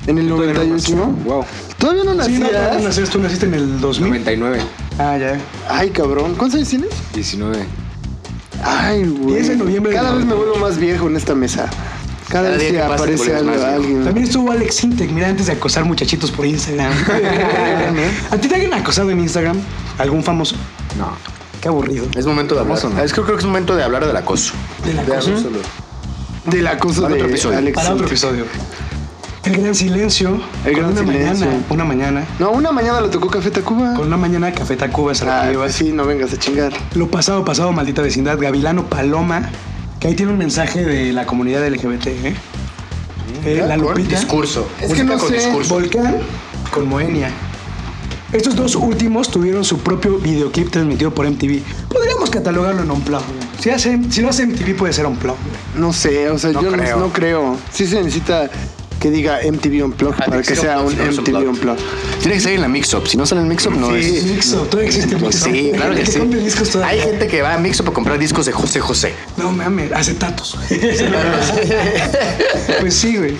Speaker 3: En el 98, ¿no?
Speaker 4: Wow.
Speaker 3: Todavía no
Speaker 5: Sí, no, no, no,
Speaker 3: nacías.
Speaker 5: naciste- tú naciste en el 2000.
Speaker 4: 99.
Speaker 5: Ah, ya.
Speaker 3: Ay, cabrón. ¿Cuántos años tienes?
Speaker 4: 19.
Speaker 3: Ay, güey.
Speaker 5: 10 de noviembre del
Speaker 3: Cada vez me vuelvo más viejo en esta mesa. Cada,
Speaker 1: Cada
Speaker 3: vez
Speaker 1: día
Speaker 3: que
Speaker 1: que pasa te
Speaker 3: aparece
Speaker 1: vuelves
Speaker 3: algo-
Speaker 1: más viejo.
Speaker 3: alguien.
Speaker 5: También estuvo Alex Intec, mira, antes de acosar muchachitos por Instagram. ¿A ti te han acosado en Instagram? ¿Algún famoso?
Speaker 4: No.
Speaker 5: Qué aburrido.
Speaker 1: Es momento de hablar.
Speaker 4: Famoso, ¿no?
Speaker 1: Es que creo que es momento de hablar del acoso.
Speaker 5: ¿Del acoso? ¿eh?
Speaker 1: De solo.
Speaker 3: Del acoso
Speaker 1: Para
Speaker 3: de
Speaker 1: otro episodio.
Speaker 3: Alex.
Speaker 5: Para otro
Speaker 3: Sintek.
Speaker 5: episodio. El gran silencio.
Speaker 3: El
Speaker 5: con
Speaker 3: gran
Speaker 5: una
Speaker 3: silencio.
Speaker 5: Mañana, una mañana.
Speaker 3: No, una mañana le tocó Café Tacuba.
Speaker 5: Con una mañana Café Tacuba es a la
Speaker 3: Ah,
Speaker 5: que ibas.
Speaker 3: sí, no vengas a chingar.
Speaker 5: Lo pasado, pasado, maldita vecindad. Gavilano Paloma. Que ahí tiene un mensaje de la comunidad LGBT, ¿eh? Eh, la
Speaker 1: Con
Speaker 5: Lupita.
Speaker 1: Discurso.
Speaker 3: Es que
Speaker 1: Música
Speaker 3: no
Speaker 1: con
Speaker 3: sé.
Speaker 1: discurso.
Speaker 5: Volcán con Moenia. Estos dos últimos tuvieron su propio videoclip transmitido por MTV. Podríamos catalogarlo en un plug. Si, hace- si lo hace MTV puede ser un plug.
Speaker 3: No sé, o sea,
Speaker 1: No
Speaker 3: yo no-
Speaker 1: creo.
Speaker 3: No, creo. Sí se necesita que diga MTV Unplugged
Speaker 1: Ah,
Speaker 3: para que
Speaker 1: Mixup,
Speaker 3: sea
Speaker 1: no,
Speaker 3: un
Speaker 1: si no es
Speaker 3: MTV Unplugged.
Speaker 1: Tiene que salir en la Mixup. Si no sale en Mixup, no es.
Speaker 5: Mixo, todavía existe
Speaker 1: Pues
Speaker 5: Mixo.
Speaker 1: sí, claro que
Speaker 5: Que
Speaker 1: sí.
Speaker 5: compre este discos todavía.
Speaker 1: Hay gente que va a Mixup a comprar discos de José José.
Speaker 5: No mames, acetatos. pues sí, güey.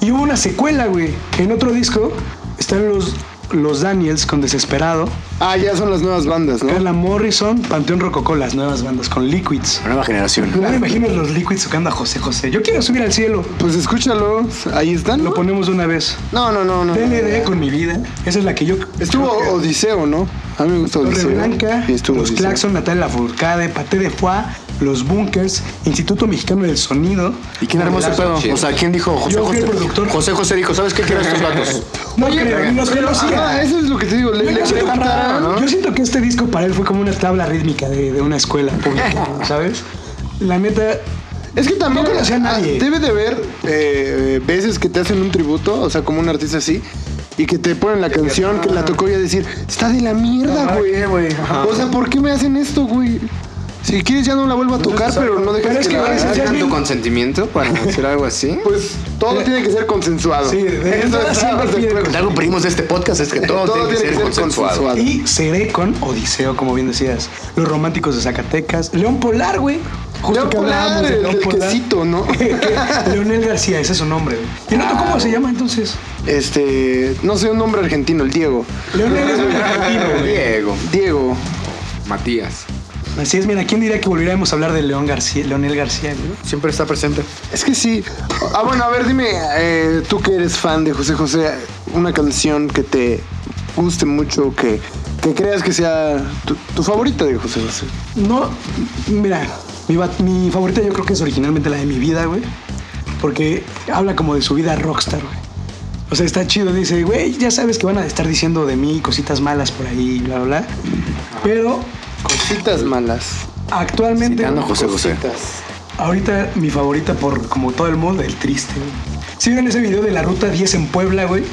Speaker 5: Y hubo una secuela, güey. En otro disco están los, los Daniels con Desesperado,
Speaker 3: Ah, ya son las nuevas bandas, ¿no?
Speaker 5: Carla Morrison, Panteón Rococó, las nuevas bandas con Liquids.
Speaker 1: Nueva generación.
Speaker 5: No me imagino los Liquids tocando a José José. Yo quiero subir al cielo.
Speaker 3: Pues escúchalo, ahí están.
Speaker 5: Lo
Speaker 3: ¿no?
Speaker 5: ponemos de una vez.
Speaker 3: No, no, no, no.
Speaker 5: DLD con mi vida. Esa es la que yo.
Speaker 3: Estuvo
Speaker 5: creo que-
Speaker 3: Odiseo, ¿no? A mí me gusta
Speaker 5: Torre
Speaker 3: Odiseo.
Speaker 5: Blanca,
Speaker 3: Y estuvo
Speaker 5: Los
Speaker 3: Odiseo.
Speaker 5: Claxon, Natalia Lafourcade, Paté de Foix, Los Bunkers, Instituto Mexicano del Sonido.
Speaker 1: ¿Y quién armó ese pedo? O sea, ¿quién dijo José
Speaker 5: Yo fui
Speaker 1: José?
Speaker 5: el productor.
Speaker 1: José José dijo, ¿sabes qué quiero estos gatos?
Speaker 5: No, creo, no creo, sí.
Speaker 3: Ah, eso es lo que te digo. Le,
Speaker 5: Yo
Speaker 3: le
Speaker 5: siento-
Speaker 3: preguntaron, ¿no?
Speaker 5: Yo siento que este disco para él fue como una tabla rítmica de, de una escuela pública, ¿sabes? La neta,
Speaker 3: Es que también
Speaker 5: No conocía a nadie.
Speaker 3: ah, Debe de haber eh, veces que te hacen un tributo, o sea, como un artista así, y que te ponen la canción que la tocó y a decir, está de la mierda, güey. O sea, ¿por qué me hacen esto, güey? Si quieres ya no la vuelvo a tocar, pero no dejes
Speaker 5: Pero es
Speaker 3: que
Speaker 5: que
Speaker 3: la
Speaker 5: a veces
Speaker 3: hagan.
Speaker 5: ya es
Speaker 4: ¿Dejan tu
Speaker 5: bien-
Speaker 4: consentimiento para hacer algo así?
Speaker 3: Pues todo tiene que ser consensuado.
Speaker 5: Eh, Sí, de entrada siempre
Speaker 3: trabas del
Speaker 5: piden-
Speaker 3: juego.
Speaker 1: De algo pedimos de este podcast es que todo,
Speaker 3: Todo
Speaker 1: tiene que ser consensuado.
Speaker 5: Y seré con Odiseo, como bien decías. Los románticos de Zacatecas. León Polar, güey. Justo
Speaker 3: León
Speaker 5: que
Speaker 3: Polar,
Speaker 5: hablábamos de
Speaker 3: el
Speaker 5: León
Speaker 3: del
Speaker 5: Polar.
Speaker 3: quesito, ¿no?
Speaker 5: Leonel García, ese es su nombre. güey. ¿Y el otro cómo se llama entonces?
Speaker 3: Este, no sé un nombre argentino, el Diego.
Speaker 5: Leonel es muy argentino, güey.
Speaker 1: Diego.
Speaker 3: Diego.
Speaker 4: Matías.
Speaker 5: Así es, mira, ¿quién diría que volviéramos a hablar de León García, Leonel García, güey?
Speaker 1: Siempre está presente.
Speaker 3: Es que sí. Ah, bueno, a ver, dime, eh, tú que eres fan de José José, una canción que te guste mucho, que, que creas que sea tu, tu favorita de José José.
Speaker 5: No, mira, mi, va- mi favorita yo creo que es originalmente la de mi vida, güey. Porque habla como de su vida rockstar, güey. O sea, está chido, dice, güey, ya sabes que van a estar diciendo de mí cositas malas por ahí, bla, bla, bla. Pero
Speaker 3: Cositas malas.
Speaker 5: actualmente,
Speaker 1: Citando a José José.
Speaker 3: Cositas.
Speaker 5: ahorita mi favorita por como todo el mundo, el triste, güey. Si ven ese video de la ruta 10 en Puebla, güey,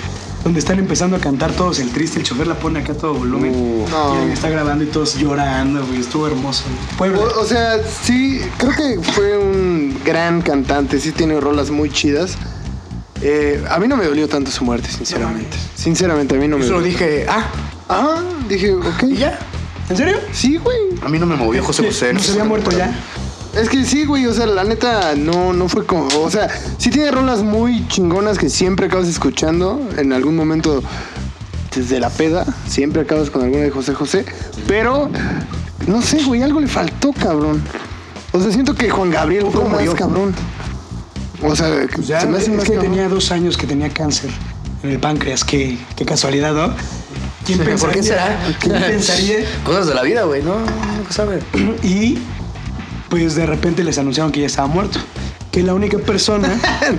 Speaker 5: donde están empezando a cantar todos el triste, el chofer la pone acá a todo volumen.
Speaker 1: Uh,
Speaker 3: no.
Speaker 5: Y alguien está grabando y todos llorando, güey, estuvo hermoso. güey. Puebla.
Speaker 1: Oh.
Speaker 3: O, o sea, sí, creo que fue un gran cantante, sí tiene rolas muy chidas. Eh, a mí no me dolió tanto su muerte, sinceramente. Sinceramente, a mí no me
Speaker 1: Yo solo
Speaker 3: dolió.
Speaker 1: dije, ah,
Speaker 3: Ah, dije, ok.
Speaker 1: y ya.
Speaker 5: ¿En serio?
Speaker 3: Sí, güey.
Speaker 1: A mí no me movió José José.
Speaker 5: ¿No se había muerto ya?
Speaker 3: Es que sí, güey, o sea, la neta no, no fue como. O sea, sí tiene rolas muy chingonas que siempre acabas escuchando. En algún momento, desde la peda, siempre acabas con alguna de José José. Pero, no sé, güey, algo le faltó, cabrón. O sea, siento que Juan Gabriel fue más cabrón. O sea,
Speaker 5: Pues Ya,
Speaker 3: se me hace
Speaker 5: es
Speaker 3: más
Speaker 5: que
Speaker 3: cabrón.
Speaker 5: tenía dos años que tenía cáncer en el páncreas. Qué, qué casualidad, ¿no? ¿Quién pensaría?
Speaker 1: ¿Por qué será?
Speaker 5: ¿Quién pensaría?
Speaker 1: Cosas de la vida, güey, no, no sabe.
Speaker 5: Y pues de repente les anunciaron que ya estaba muerto. Que la única persona.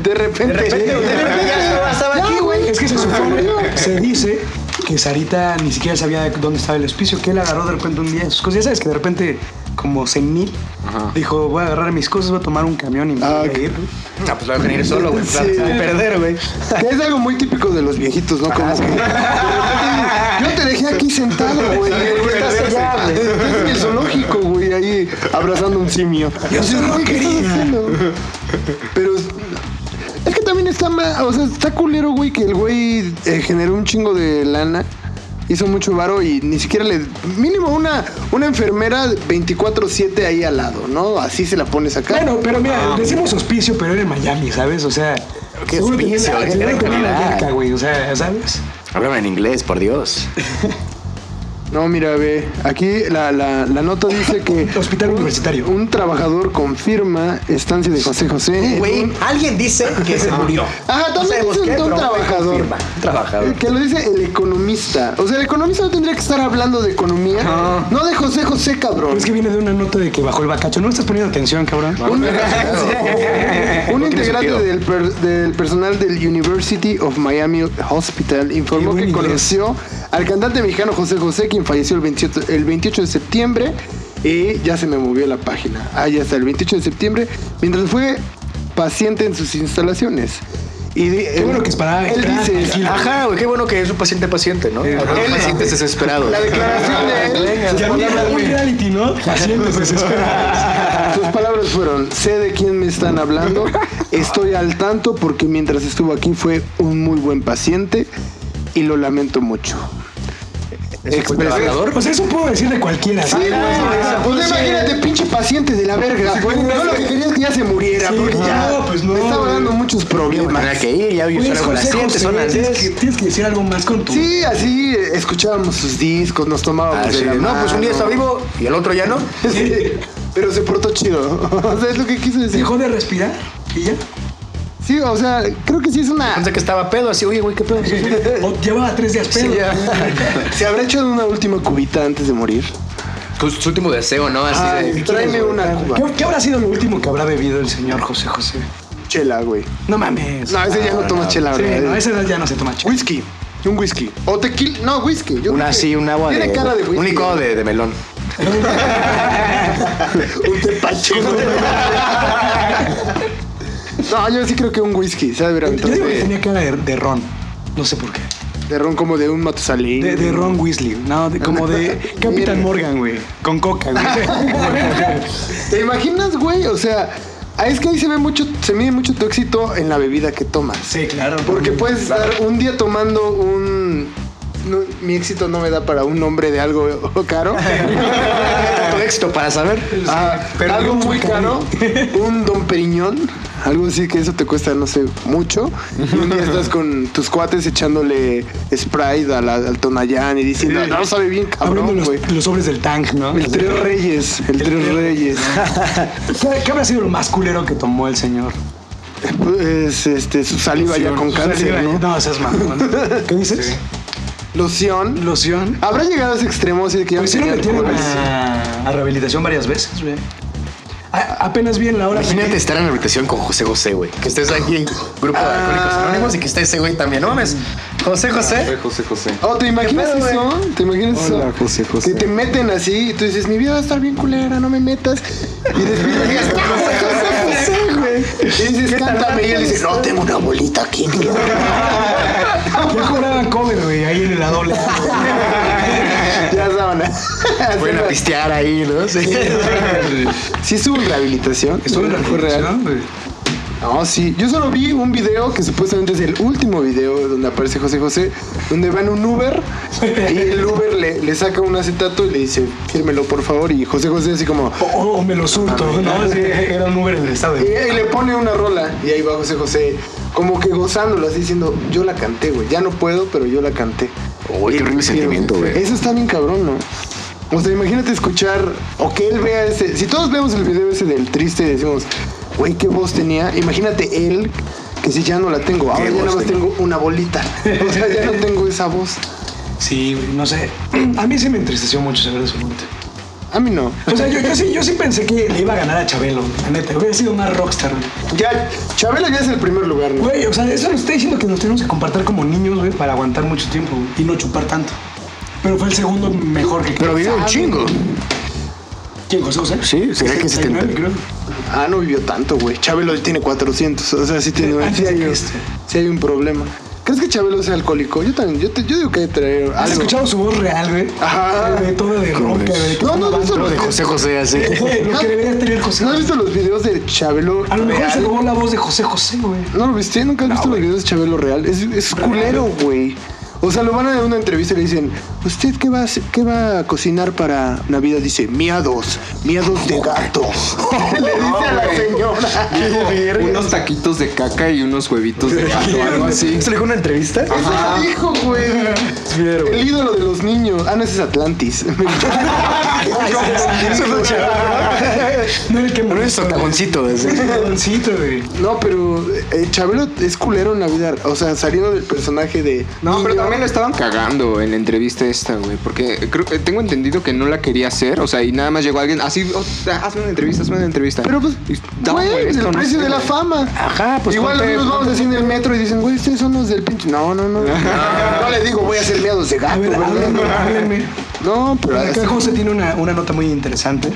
Speaker 3: De repente.
Speaker 5: Ya, güey, Es que se supone, se dice que Sarita ni siquiera sabía de dónde estaba el hospicio, que él agarró de repente un día sus cosas. Ya sabes que de repente, como senil, dijo: Voy a agarrar mis cosas, voy a tomar un camión y me voy
Speaker 3: Ah,
Speaker 5: a ir.
Speaker 1: No, pues lo voy a venir solo, güey.
Speaker 3: Sí.
Speaker 1: claro, perder, güey.
Speaker 3: Que es algo muy típico de los viejitos, ¿no? Como que. Yo te dejé aquí sentado, güey. Estás allá, güey. Estás en el zoológico, güey, ahí abrazando un simio. Yo solo quería. Pero. Es que también está ma- O sea, está culero, güey, que el güey eh, generó un chingo de lana. Hizo mucho varo y ni siquiera le. Mínimo una, una enfermera 24-7 ahí al lado, ¿no? Así se la pones acá.
Speaker 5: Bueno, pero mira, decimos hospicio, pero era en Miami, ¿sabes? O sea,
Speaker 1: ¿Qué
Speaker 5: seguro
Speaker 1: hospicio?
Speaker 5: tenía-
Speaker 1: Era
Speaker 5: seguro
Speaker 1: en
Speaker 5: tenía una
Speaker 1: Canadá.
Speaker 5: alberca, güey, o sea, ¿sabes?
Speaker 1: Háblame en inglés, por Dios.
Speaker 3: No, mira, ve, aquí la, la- la nota dice que...
Speaker 5: Hospital
Speaker 3: un-
Speaker 5: universitario.
Speaker 3: Un trabajador confirma estancia de José José. en
Speaker 1: Güey,
Speaker 3: un-
Speaker 1: alguien dice que se murió.
Speaker 3: Ajá, también
Speaker 1: No sabemos
Speaker 3: es un-
Speaker 1: qué,
Speaker 3: un
Speaker 1: pero
Speaker 3: trabajador.
Speaker 1: confirma. Un trabajador.
Speaker 3: eh, Que lo dice el economista. O sea, el economista no tendría que estar hablando de economía. No de José José, cabrón.
Speaker 5: Pero es que viene de una nota de que bajó el bacacho. No estás poniendo atención, cabrón.
Speaker 3: Un, un
Speaker 1: No tiene
Speaker 3: integrante
Speaker 1: sentido.
Speaker 3: del, per- del personal del University of Miami Hospital informó
Speaker 5: Qué
Speaker 3: que
Speaker 5: buen inglés.
Speaker 3: conoció al cantante mexicano José José, quien falleció el 28, el 28 de septiembre. Y ya se me movió la página. Ah, ya está, el 28 de septiembre, mientras fue paciente en sus instalaciones. Y di- él-
Speaker 5: bueno que es para
Speaker 3: Él
Speaker 5: entrar,
Speaker 3: dice.
Speaker 5: tranquilo.
Speaker 1: Ajá, güey, qué bueno que es un paciente paciente, ¿no? Habrá pacientes desesperados.
Speaker 3: La declaración de él. sus
Speaker 5: Ya viene
Speaker 3: palabras-
Speaker 5: un reality, ¿no? Pacientes desesperados.
Speaker 3: Sus palabras fueron, sé de quién me están hablando, estoy al tanto porque mientras estuvo aquí fue un muy buen paciente y lo lamento mucho. Expresó-
Speaker 5: O sea, eso puedo decir de cualquiera. ¿sí?
Speaker 3: Pues
Speaker 5: eh,
Speaker 3: imagínate, pinche paciente de la verga. No lo que quería es que ya se muriera,
Speaker 5: Sí,
Speaker 3: porque
Speaker 5: no,
Speaker 3: ya
Speaker 5: pues no,
Speaker 3: me estaba
Speaker 5: güey.
Speaker 3: dando muchos
Speaker 1: Tendrá
Speaker 3: problemas.
Speaker 1: que ir, ya
Speaker 5: Oye,
Speaker 1: vio
Speaker 5: es
Speaker 1: con las
Speaker 5: José
Speaker 1: 7,
Speaker 5: José,
Speaker 1: son las
Speaker 5: eh, tienes
Speaker 1: 10.
Speaker 5: que, tienes que decir algo más con tu...
Speaker 3: Sí, así eh, escuchábamos sus discos, nos tomábamos
Speaker 1: Así
Speaker 3: de la
Speaker 1: de, no, pues un día está
Speaker 3: mano".
Speaker 1: vivo y el otro ya no.
Speaker 3: Sí, pero se portó chido. O sea, es lo que quise decir.
Speaker 5: Dejó de respirar y ya.
Speaker 3: Sí, o sea, creo que sí es una...
Speaker 1: Pensé que estaba pedo, así, oye, güey, qué pedo.
Speaker 5: O llevaba tres días pedo.
Speaker 3: ¿Se habrá echado una última cubita antes de morir?
Speaker 6: Su, su último deseo, ¿no? Así de.
Speaker 3: Tráeme una cuba.
Speaker 5: ¿Qué, qué habrá sido lo último que habrá bebido el señor José José?
Speaker 3: Chela, güey.
Speaker 5: No mames.
Speaker 3: No, ese ya no
Speaker 1: Ah,
Speaker 3: toma chela,
Speaker 5: Sí,
Speaker 3: ¿verdad?
Speaker 5: no, a esa edad ya no se toma chela.
Speaker 3: Whisky. Un whisky. O tequila. No, whisky. Yo
Speaker 1: Una
Speaker 3: creo que
Speaker 1: así, un agua
Speaker 3: Tiene
Speaker 1: de.
Speaker 3: cara de whisky.
Speaker 1: un licuado de, de melón.
Speaker 3: Un tepache. No, yo sí creo que un whisky, ¿sabes? Pero
Speaker 5: Yo digo que
Speaker 3: entonces,
Speaker 5: tenía cara de, de ron. No sé por qué.
Speaker 3: de ron como de un matusalín.
Speaker 5: De, de Ron Weasley. No, de- como de Capitán Morgan, güey. Con coca, güey.
Speaker 3: ¿Te imaginas, güey? O sea, ah, es que ahí se ve mucho, se mide mucho tu éxito en la bebida que tomas.
Speaker 5: sí, claro.
Speaker 3: Porque puedes estar un día tomando un. no, mi éxito no me da para un nombre de algo caro.
Speaker 1: Tu éxito para saber.
Speaker 5: pues,
Speaker 3: Ah,
Speaker 5: pero
Speaker 3: algo
Speaker 5: un
Speaker 3: muy caro,
Speaker 5: Zuccarello.
Speaker 3: un Don Periñón, algo así que eso te cuesta, no sé, mucho. Y un día estás con tus cuates echándole Sprite a la- al Tonayán y diciendo, Ah, no sabe bien,
Speaker 5: Abriendo
Speaker 3: cabrón, güey.
Speaker 5: los, los sobres del tank, ¿no?
Speaker 3: El Tres Reyes, el Tres Reyes.
Speaker 5: ¿Qué, qué habrá sido lo más culero que tomó el señor?
Speaker 3: Pues, este, su saliva ya con cáncer, ¿no?
Speaker 5: No, seas mamón. ¿Qué dices?
Speaker 3: Loción.
Speaker 5: Loción.
Speaker 3: ¿Habrá llegado a ese extremo así de que Ah, ya
Speaker 5: Pues sí
Speaker 3: no
Speaker 5: lo
Speaker 3: tenía
Speaker 5: metieron
Speaker 3: alcohol?
Speaker 5: a, a rehabilitación varias veces, güey. A- apenas vi en la hora.
Speaker 1: Imagínate estar en la habitación con José José, güey. Que estés aquí en grupo de alcohólicos anónimos y que esté ese güey también. No mames. José José.
Speaker 4: José José.
Speaker 3: Oh, ¿te imaginas eso? ¿Te imaginas eso?
Speaker 4: José
Speaker 3: Que te meten así y tú dices, mi vida va a estar bien culera, no me metas. Y después dices, "Ah, José, José, güey". Y dices, cántame. Y él dice, no, tengo una bolita aquí. tío".
Speaker 5: Ya cobraban cover, güey, ahí en la doble. A, güey.
Speaker 3: Ya saben.
Speaker 1: Pueden a pistear ahí, ¿no? Sí.
Speaker 3: Sí, estuvo en rehabilitación.
Speaker 5: Estuvo en
Speaker 3: Fue real.
Speaker 5: rehabilitación, güey.
Speaker 3: No, sí. Yo solo vi un video que supuestamente es el último video donde aparece José José, donde van un Uber y el Uber le, le saca un acetato y le dice, fírmelo por favor. Y José José así como,
Speaker 5: O, o me lo surto, ¿no? Sí, era un Uber en el estado.
Speaker 3: Y, y le pone una rola y ahí va José José, como que gozándolo, así diciendo, yo la canté, güey, ya no puedo, pero yo la canté.
Speaker 1: Uy, qué horrible sentimiento, güey.
Speaker 3: Eso está bien cabrón, ¿no? O sea, imagínate escuchar, o que él vea ese, si todos vemos el video ese del triste y decimos, güey, qué voz tenía, imagínate él, que si ya no la tengo, ahora ya
Speaker 1: voz
Speaker 3: nada más
Speaker 1: tenía?
Speaker 3: tengo una bolita, o sea, ya no tengo esa voz.
Speaker 5: Sí, güey, no sé. A mí sí me entristeció mucho saber de su muerte.
Speaker 3: A mí no.
Speaker 5: O sea, yo, yo sí, yo sí pensé que le iba a ganar a Chabelo, la neta. Hubiera sido más rockstar, güey.
Speaker 3: Ya, Chabela ya es el primer lugar, ¿no?
Speaker 5: Güey, o sea, eso nos está diciendo que nos tenemos que compartir como niños, güey, para aguantar mucho tiempo güey, y no chupar tanto. Pero fue el segundo mejor que.
Speaker 1: Pero vivió un chingo.
Speaker 5: ¿Quién, José José?
Speaker 1: Sí, sería que
Speaker 5: 69,
Speaker 1: 70.
Speaker 5: creo.
Speaker 3: Ah, no vivió tanto, güey. Chabelo tiene 400. O sea, sí, tiene,
Speaker 5: Antes
Speaker 3: sí,
Speaker 5: de
Speaker 3: hay, un-
Speaker 5: Cristo.
Speaker 3: sí hay un problema. ¿Crees que Chabelo sea alcohólico? Yo también. Yo, te- yo digo que hay que traer
Speaker 5: ¿Has
Speaker 3: algo.
Speaker 5: escuchado su voz real, güey?
Speaker 3: Ajá.
Speaker 5: Güey, toda de roca, güey.
Speaker 3: No, no, no. eso
Speaker 1: Lo
Speaker 3: no
Speaker 1: de José José así.
Speaker 5: Güey, Lo que debería tener José
Speaker 3: ¿No has visto los videos de Chabelo
Speaker 5: A lo mejor se
Speaker 3: real?
Speaker 5: robó la voz de José José, güey.
Speaker 3: ¿No lo viste? ¿Nunca has visto los videos de Chabelo real? Es, es culero, güey. O sea, lo van a dar una entrevista y le dicen, ¿usted qué va a, hacer- qué va a cocinar para Navidad? Dice, miados, miados de gato. le dice a la señora.
Speaker 4: Unos taquitos de caca y unos huevitos de gato, algo así.
Speaker 1: ¿Se le una entrevista?
Speaker 3: Eso dijo, güey. El ídolo de los niños. Ah, no, ese es Atlantis.
Speaker 5: No era el que
Speaker 1: No es socavoncito, así.
Speaker 5: Cagoncito, güey.
Speaker 3: no, pero eh, Chabelo es culero en Navidad. O sea, saliendo del personaje de.
Speaker 4: No, pero
Speaker 3: niño.
Speaker 4: también lo estaban cagando en la entrevista esta, güey. Porque creo que tengo entendido que no la quería hacer. O sea, y nada más llegó alguien así, "Oh, hazme una entrevista, hazme una entrevista.
Speaker 3: Pero pues,
Speaker 4: Y estaba
Speaker 3: güey,
Speaker 4: molesto,
Speaker 3: el
Speaker 4: no
Speaker 3: precio
Speaker 4: sé,
Speaker 3: de la
Speaker 4: güey.
Speaker 3: fama.
Speaker 1: Ajá, pues.
Speaker 3: Igual
Speaker 1: ponte-
Speaker 3: amigos vamos así en el metro y dicen, güey, ustedes son los del pinche. No, no, no. No le digo, voy a hacer miados de
Speaker 5: A
Speaker 3: gato,
Speaker 5: ver, háblenme,
Speaker 3: ¿verdad?
Speaker 5: háblenme.
Speaker 3: No, pero.
Speaker 5: Acá José tiene una, una nota muy interesante.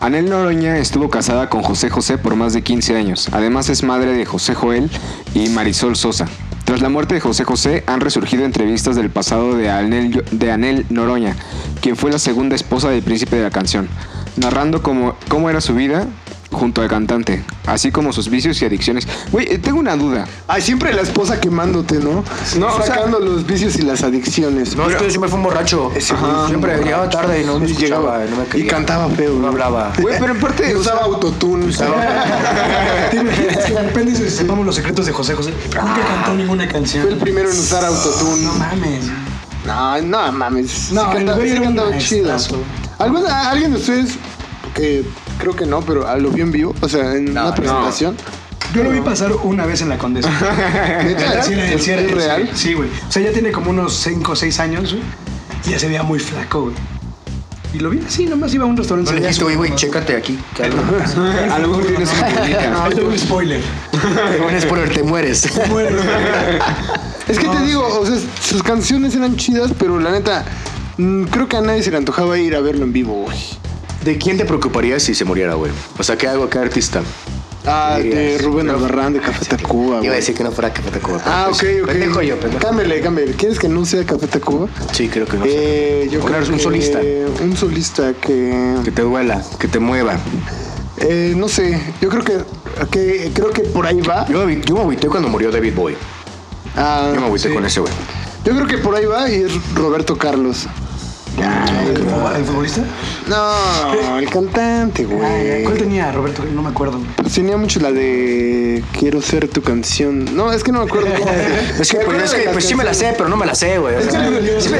Speaker 4: Anel Noroña estuvo casada con José José por más de 15 años. Además es madre de José Joel y Marisol Sosa. Tras la muerte de José José han resurgido entrevistas del pasado de Anel, de Anel Noroña, quien fue la segunda esposa del príncipe de la canción, narrando cómo, cómo era su vida junto al cantante, así como sus vicios y adicciones. Güey, eh, tengo una duda.
Speaker 3: Ay, siempre la esposa quemándote, ¿no?
Speaker 4: No, o sea-
Speaker 3: Sacando los vicios y las adicciones.
Speaker 6: No, es que yo siempre fui un borracho. siempre llegaba tarde y no me escuchaba. no me
Speaker 3: y
Speaker 6: quería.
Speaker 3: cantaba feo.
Speaker 6: No hablaba.
Speaker 4: Güey, pero en parte... o sea,
Speaker 3: Usaba autotune.
Speaker 5: ¿Te imaginas que de repente se- sepamos los secretos de José José? Nunca cantó ninguna canción.
Speaker 3: Fue el primero en usar autotune.
Speaker 5: No mames.
Speaker 3: No, no mames.
Speaker 5: No,
Speaker 3: sí
Speaker 5: el
Speaker 3: cantaba,
Speaker 5: güey
Speaker 3: sí
Speaker 5: era un
Speaker 3: cantaba chido.
Speaker 5: maestrazo.
Speaker 3: ¿Algún- a- ¿Alguien de ustedes, que creo que no, pero lo vio en vivo? O sea, en una presentación.
Speaker 5: Yo lo vi pasar una vez en la condesa.
Speaker 3: ¿Neta?
Speaker 5: Sí, era- sí, era-
Speaker 3: ¿Es real?
Speaker 5: Sí, güey. O sea, ya tiene como unos 5 o 6 años, güey. Y ya se veía muy flaco, güey. Y Y lo vi así, nomás iba a un restaurante.
Speaker 1: No le
Speaker 5: sencillo.
Speaker 1: dijiste, oye, güey, chécate aquí. que algo-
Speaker 4: A lo mejor tienes
Speaker 5: Ah, es un spoiler.
Speaker 1: Un spoiler, te mueres.
Speaker 5: Bueno,
Speaker 3: Es que te digo, o sea, sus canciones eran chidas, pero la neta, mm, creo que a nadie se le antojaba ir a verlo en vivo, güey.
Speaker 1: ¿De quién te preocuparías si se muriera, güey? O sea, ¿qué hago? ¿Qué artista?
Speaker 3: Ah, de
Speaker 1: Dirías.
Speaker 3: Rubén Albarrán de Café
Speaker 1: ah, Iba
Speaker 3: Tacuba,
Speaker 1: a
Speaker 3: güey.
Speaker 1: decir que no fuera Café Tacuba. pero
Speaker 3: Ah, ok,
Speaker 1: pues,
Speaker 3: ok.
Speaker 1: Pendejo yo, pendejo.
Speaker 3: Cámbiale, cámbiale. ¿Quieres que no sea Café Tacuba?
Speaker 1: Sí, creo que no.
Speaker 3: Eh, yo
Speaker 1: Claro,
Speaker 3: creo
Speaker 1: es un
Speaker 3: que-
Speaker 1: solista.
Speaker 3: Un solista que...
Speaker 1: Que te duela, que te mueva.
Speaker 3: eh, no sé, yo creo que, que... Creo que por ahí va.
Speaker 1: Yo, yo me agüité cuando murió David Bowie.
Speaker 3: Ah,
Speaker 1: Yo me agüité con ese güey.
Speaker 3: yo creo que por ahí va y es Roberto Carlos.
Speaker 5: ¿El futbolista?
Speaker 3: No, el cantante, güey.
Speaker 5: ¿Cuál tenía Roberto? No me acuerdo.
Speaker 3: Pues Tenía mucho la de Quiero ser tu canción. No, es que no me acuerdo. cómo se-
Speaker 1: Es que,
Speaker 3: Me acuerdo
Speaker 1: pues, es
Speaker 3: de
Speaker 1: que,
Speaker 3: las
Speaker 1: pues, sí me la sé, pero no me la sé, güey. O sea, sí me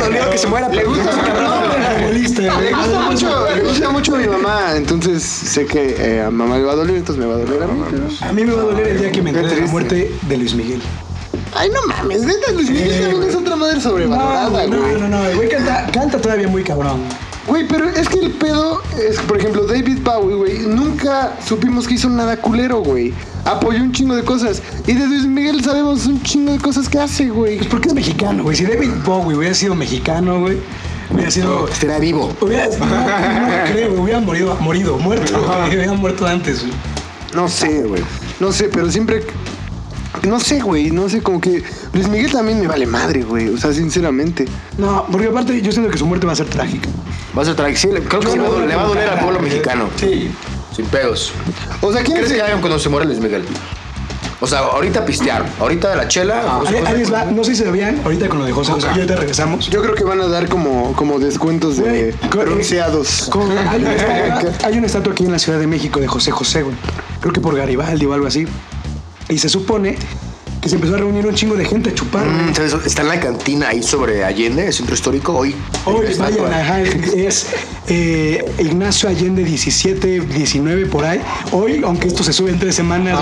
Speaker 1: dolió que se muera, pero
Speaker 3: canciones. Le gusta mucho, le gusta mucho a mi mamá, entonces sé que eh, a mamá le va a doler, entonces me va a doler a mí. pero-
Speaker 5: A mí me va a doler el día que me entere de la muerte de Luis Miguel.
Speaker 3: Ay, no mames, neta, Luis Miguel también es otra madre
Speaker 5: No,
Speaker 3: sobrevalorada,
Speaker 5: güey,
Speaker 3: güey.
Speaker 5: no, no, no, el güey canta, canta todavía muy cabrón.
Speaker 3: Güey, pero es que el pedo es, por ejemplo, David Bowie, güey, nunca supimos que hizo nada culero, güey. Apoyó un chingo de cosas. Y de Luis Miguel sabemos un chingo de cosas que hace, güey.
Speaker 5: Pues porque es mexicano, güey. Si David Bowie hubiera sido mexicano, güey, hubiera sido. este,
Speaker 1: estará vivo.
Speaker 5: Hubiera, no, no creo, güey, hubiera morido, morido muerto. güey, Hubiera muerto antes, güey.
Speaker 3: No sé, güey. No sé, pero siempre. No sé, güey. No sé, como que. Luis Miguel también me vale madre, güey. O sea, sinceramente.
Speaker 5: No, porque aparte yo siento que su muerte va a ser trágica.
Speaker 1: Vas a traer. Sí, le- creo que sí le va a doler- le va a doler al pueblo mexicano.
Speaker 5: Sí.
Speaker 1: Sin pedos.
Speaker 3: O sea, ¿quién
Speaker 1: ¿Crees
Speaker 3: es
Speaker 1: que hagan cuando se muera Luis Miguel? O sea, ahorita pistear, ahorita la chela. pues,
Speaker 5: Ah, Ahí ahí les va, no sé si sabían, ahorita con lo de José José, y ahorita regresamos.
Speaker 3: Yo creo que van a dar como, como descuentos de
Speaker 5: Güey, co-
Speaker 3: bronceados.
Speaker 5: Con- hay, una estatua, hay una estatua aquí en la Ciudad de México de José José, güey. Creo que por Garibaldi o algo así. Y se supone que se empezó a reunir un chingo de gente a chupar. güey.
Speaker 1: Mm, ¿sabes? Está en la cantina ahí sobre Allende, el centro histórico. Hoy.
Speaker 5: Hoy
Speaker 1: está
Speaker 5: vayan,
Speaker 1: toda-
Speaker 5: ajá, es eh, Ignacio Allende 17, 19 por ahí. Hoy, aunque esto se sube en tres semanas.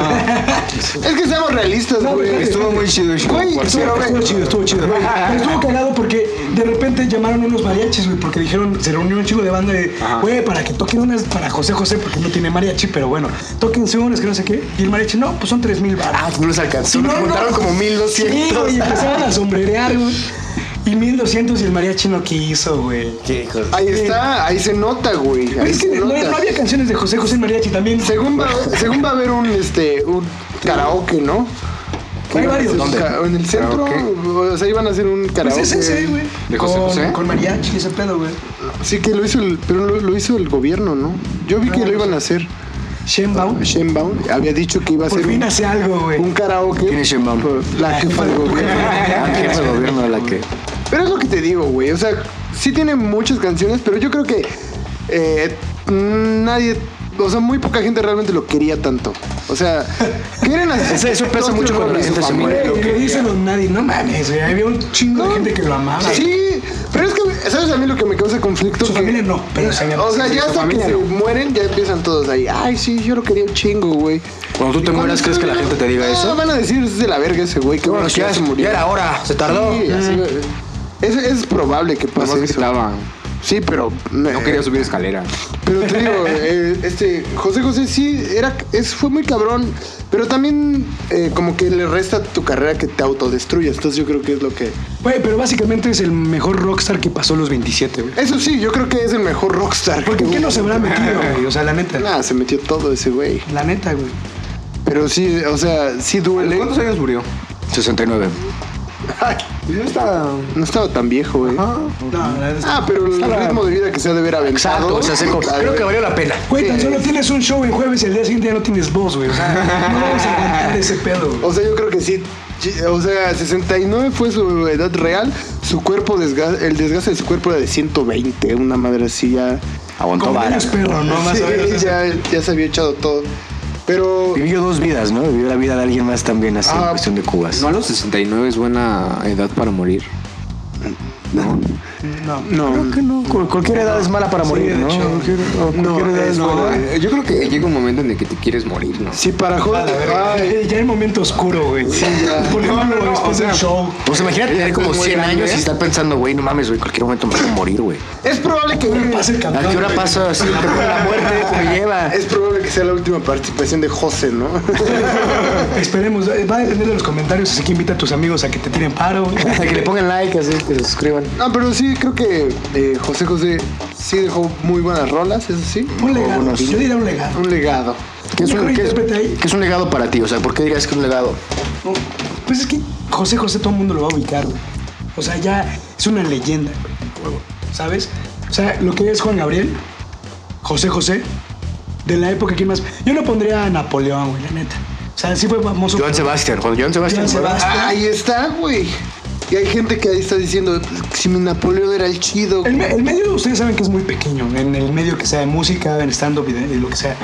Speaker 3: Es que seamos realistas, güey.
Speaker 5: güey,
Speaker 3: Estuvo muy chido. Güey,
Speaker 5: Estuvo,
Speaker 3: pero,
Speaker 5: estuvo
Speaker 3: güey,
Speaker 5: chido, estuvo chido. Pero estuvo cagado porque de repente llamaron unos mariachis, güey, porque dijeron, se reunió un chico de banda de, güey, para que toquen unas para José José, porque no tiene mariachi, pero bueno, tóquense unas que no sé qué. Y el mariachi, no, pues son tres mil baros.
Speaker 1: Ah, no les alcanzó. Nos juntaron como
Speaker 5: Sí,
Speaker 1: 1200.
Speaker 5: güey, y empezaron a sombrerear, güey. Y 1200 y el mariachi no quiso, güey.
Speaker 3: Ahí está, ahí se nota, güey. Ahí
Speaker 5: Es que
Speaker 3: se
Speaker 5: no,
Speaker 3: nota.
Speaker 5: no había canciones de José José en mariachi también. Pues
Speaker 3: Según va, según va a haber un este un karaoke, ¿no?
Speaker 5: Hay
Speaker 3: Que-
Speaker 5: varios.
Speaker 3: un ca- En el centro, o sea, iban a hacer un
Speaker 5: Pues
Speaker 3: karaoke.
Speaker 5: es ese, güey.
Speaker 4: ¿De José
Speaker 5: con,
Speaker 4: José?
Speaker 5: Con mariachi, ese pedo, güey.
Speaker 3: Sí que lo hizo el, pero lo, lo hizo el gobierno, ¿no? Yo vi que lo iban a hacer.
Speaker 5: Shenbaum.
Speaker 3: Sheinbaum había dicho que iba a
Speaker 5: Por
Speaker 3: ser
Speaker 5: fin
Speaker 3: un,
Speaker 5: hace algo, güey.
Speaker 3: un karaoke.
Speaker 1: ¿Quién es Sheinbaum?
Speaker 3: Por- La jefa del gobierno.
Speaker 1: Ah, que es el gobierno de la que.
Speaker 3: Pero es lo que te digo, güey. O sea, sí tiene muchas canciones, pero yo creo que eh, nadie, o sea, muy poca gente realmente lo quería tanto. O sea, quieren hacer.
Speaker 1: Eso pesa mucho cuando la gente se
Speaker 5: Güey,
Speaker 1: muere.
Speaker 5: lo dice Don Nadie, no mames, güey. Había un chingo de gente que lo amaba.
Speaker 3: Sí, pero es que, ¿sabes a mí lo que me causa conflicto?
Speaker 5: Su
Speaker 3: Que-
Speaker 5: familia no, pero se
Speaker 3: O sea, ya hasta que
Speaker 5: familia
Speaker 3: se
Speaker 5: no.
Speaker 3: mueren, ya empiezan todos ahí. Ay, sí, yo lo quería un chingo, güey.
Speaker 1: Cuando tú te mueras, ¿crees que la gente te diga
Speaker 3: Ah,
Speaker 1: eso?
Speaker 3: van a decir, es de la verga ese güey. Qué bueno
Speaker 1: Bueno,
Speaker 3: que ya
Speaker 1: ya,
Speaker 3: se murió.
Speaker 1: ya era hora, se tardó.
Speaker 3: Sí, así, güey. es, es probable que pase eso.
Speaker 4: Estaba. eh,
Speaker 3: Sí, pero...
Speaker 4: No quería subir escalera.
Speaker 3: Pero te digo, eh, este, José José sí era, es, fue muy cabrón, pero también eh, como que le resta a tu carrera que te autodestruyas. Entonces yo creo que es lo que...
Speaker 5: Güey, pero básicamente es el mejor rockstar que pasó los 27, güey.
Speaker 3: Eso sí, yo creo que es el mejor rockstar.
Speaker 5: Porque
Speaker 3: que
Speaker 5: ¿qué
Speaker 3: hubo.
Speaker 5: no se habrá metido, güey? O sea, la neta.
Speaker 3: Nada, se metió todo ese güey.
Speaker 5: La neta, güey.
Speaker 3: Pero sí, o sea, sí duele.
Speaker 4: ¿Cuántos años murió?
Speaker 1: 69.
Speaker 3: Ay,
Speaker 4: Yo estaba.
Speaker 3: no estaba tan viejo, güey.
Speaker 5: No, la neta es-
Speaker 3: Ah, pero el ritmo de vida que se ha de ver aventado.
Speaker 1: Exacto, o sea, se-
Speaker 3: Ay,
Speaker 1: creo que valió la pena.
Speaker 5: Güey,
Speaker 3: eh.
Speaker 5: tan solo tienes un show en jueves y el día siguiente ya no tienes voz, güey. O sea, no debes aguantar ese pedo, güey.
Speaker 3: O sea, yo creo que sí. O sea, 69 fue su edad real. Su cuerpo, desga- el desgaste de su cuerpo era de 120. Una madre así ya.
Speaker 1: Aguantó
Speaker 5: Como
Speaker 1: vara.
Speaker 5: niños perro, ¿no? Más
Speaker 3: Sí,
Speaker 5: o menos.
Speaker 3: ya, ya se había echado todo. Pero.
Speaker 1: Vivió dos vidas, ¿no? Vivió la vida de alguien más también, así,
Speaker 3: Ah,
Speaker 1: en cuestión de Cubas.
Speaker 4: No a los 69 es buena edad para morir.
Speaker 5: No, no.
Speaker 6: Creo que no. Cu- Cualquier edad es mala para morir,
Speaker 5: de
Speaker 6: ¿no?
Speaker 5: hecho.
Speaker 6: Cualquier- o
Speaker 5: No,
Speaker 6: cualquier edad
Speaker 5: eh,
Speaker 6: es
Speaker 5: no.
Speaker 6: buena.
Speaker 4: Eh, Yo creo que llega un momento en el que te quieres morir, ¿no?
Speaker 3: Sí, para joder. Ay,
Speaker 5: Eh, Ya el momento oscuro, güey. Sí,
Speaker 3: ya.
Speaker 5: no, no, no, o sea, show.
Speaker 1: Pues imagínate tener como 100 años y estar pensando, güey, no mames, güey, cualquier momento me voy a morir, güey.
Speaker 3: Es probable que
Speaker 5: Pasa el
Speaker 1: ¿A
Speaker 5: camión.
Speaker 1: qué hora
Speaker 5: güey.
Speaker 1: pasa así? La muerte que me lleva.
Speaker 3: Es probable que sea la última participación de José, ¿no?
Speaker 5: Esperemos, eh, va a depender de los comentarios, así que invita a tus amigos a que te tiren paro.
Speaker 1: A que le pongan like, así, que se suscriban.
Speaker 3: No, Ah, pero sí, creo que eh, José José sí dejó muy buenas rolas, eso sí.
Speaker 5: Un legado, pues, yo diría un legado.
Speaker 3: Un legado.
Speaker 1: ¿Qué es,
Speaker 5: Mejor
Speaker 1: un, qué es-
Speaker 5: intérprete ahí.
Speaker 1: qué es un legado para ti? O sea, ¿por qué dirías que es un legado?
Speaker 5: Pues es que José José todo el mundo lo va a ubicar, güey. O sea, ya es una leyenda, güey, ¿sabes? O sea, lo que es Juan Gabriel, José José, de la época que más... Yo no pondría a Napoleón, güey, la neta. O sea, sí fue famoso.
Speaker 1: Joan Sebastián, cuando Joan Sebastián.
Speaker 5: Joan Sebastián.
Speaker 3: Ah, Ahí está, güey. Y hay gente que ahí está diciendo, si mi Napoleón era el chido.
Speaker 5: El, me- el medio, ustedes saben que es muy pequeño, en el medio que sea de música, en stand-up y de- y lo que sea.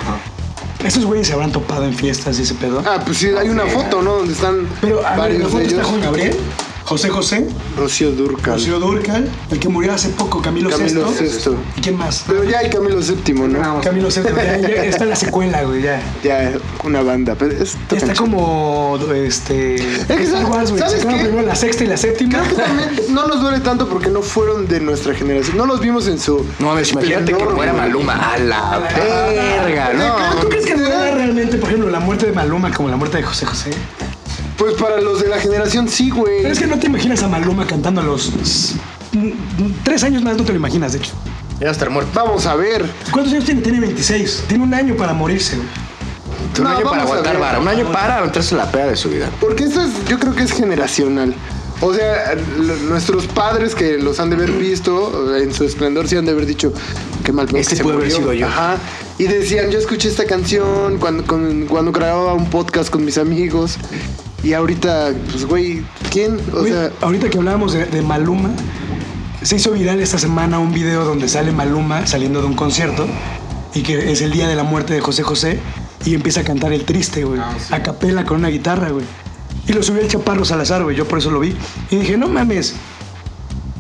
Speaker 5: Esos güeyes se habrán topado en fiestas y ese pedo.
Speaker 3: Ah, pues sí, hay una foto, ¿no? Donde están
Speaker 5: Pero a ver, en
Speaker 3: varios
Speaker 5: la foto
Speaker 3: de ellos.
Speaker 5: está Juan Gabriel, José José,
Speaker 3: Rocío Durcal.
Speaker 5: Rocío Durcal, el que murió hace poco, Camilo,
Speaker 3: Camilo Sesto.
Speaker 5: ¿Y quién más?
Speaker 3: Pero ya hay Camilo VII, ¿no?
Speaker 5: Camilo Sesto, ya, ya está la secuela, güey, ya.
Speaker 3: Ya, una banda. Pero es-
Speaker 5: Ya está como, este...
Speaker 3: que
Speaker 5: Star Wars, güey.
Speaker 3: ¿sabes
Speaker 5: Sacaron
Speaker 3: qué?
Speaker 5: primero la sexta y la séptima.
Speaker 3: Creo que también no nos duele tanto porque no fueron de nuestra generación. No los vimos en su.
Speaker 1: No mames,
Speaker 4: Este
Speaker 1: imagínate que
Speaker 3: esplendor,
Speaker 1: muera
Speaker 3: güey.
Speaker 1: Maluma. A
Speaker 4: Ah,
Speaker 1: la verga,
Speaker 3: Creo
Speaker 1: no.
Speaker 5: ¿Tú crees que duela realmente, por ejemplo, la muerte de Maluma como la muerte de José José?
Speaker 3: Pues para los de la generación sí, güey.
Speaker 5: Pero es que no te imaginas a Maluma cantando a los s- m- m- tres años más, no te lo imaginas, de hecho.
Speaker 1: Ya estar muerto.
Speaker 3: Vamos a ver.
Speaker 5: ¿Cuántos años tiene? Tiene 26. Tiene un año para morirse, güey.
Speaker 1: Un
Speaker 3: No,
Speaker 1: año
Speaker 3: vamos
Speaker 1: para
Speaker 3: a
Speaker 1: aguantar
Speaker 3: ver.
Speaker 1: vara, un año para aventarse la peda de su vida.
Speaker 3: Porque esto es, yo creo que es generacional. O sea, lo- nuestros padres que los han de haber visto eh, en su esplendor sí han de haber dicho qué mal pedo
Speaker 1: Este
Speaker 3: que se
Speaker 1: pudo haber
Speaker 3: murió".
Speaker 1: sido yo.
Speaker 3: Ajá. Y decían, yo escuché esta canción cuando, con- cuando grababa un podcast con mis amigos. Y ahorita, pues, güey, ¿quién? O
Speaker 5: Güey,
Speaker 3: sea,
Speaker 5: ahorita que hablábamos de, de Maluma, se hizo viral esta semana un video donde sale Maluma saliendo de un concierto y que es el día de la muerte de José José y empieza a cantar el triste, güey,
Speaker 3: Ah,
Speaker 5: a capela con una guitarra, güey. Y lo subió el Chaparro Salazar, güey, yo por eso lo vi. Y dije, no mames,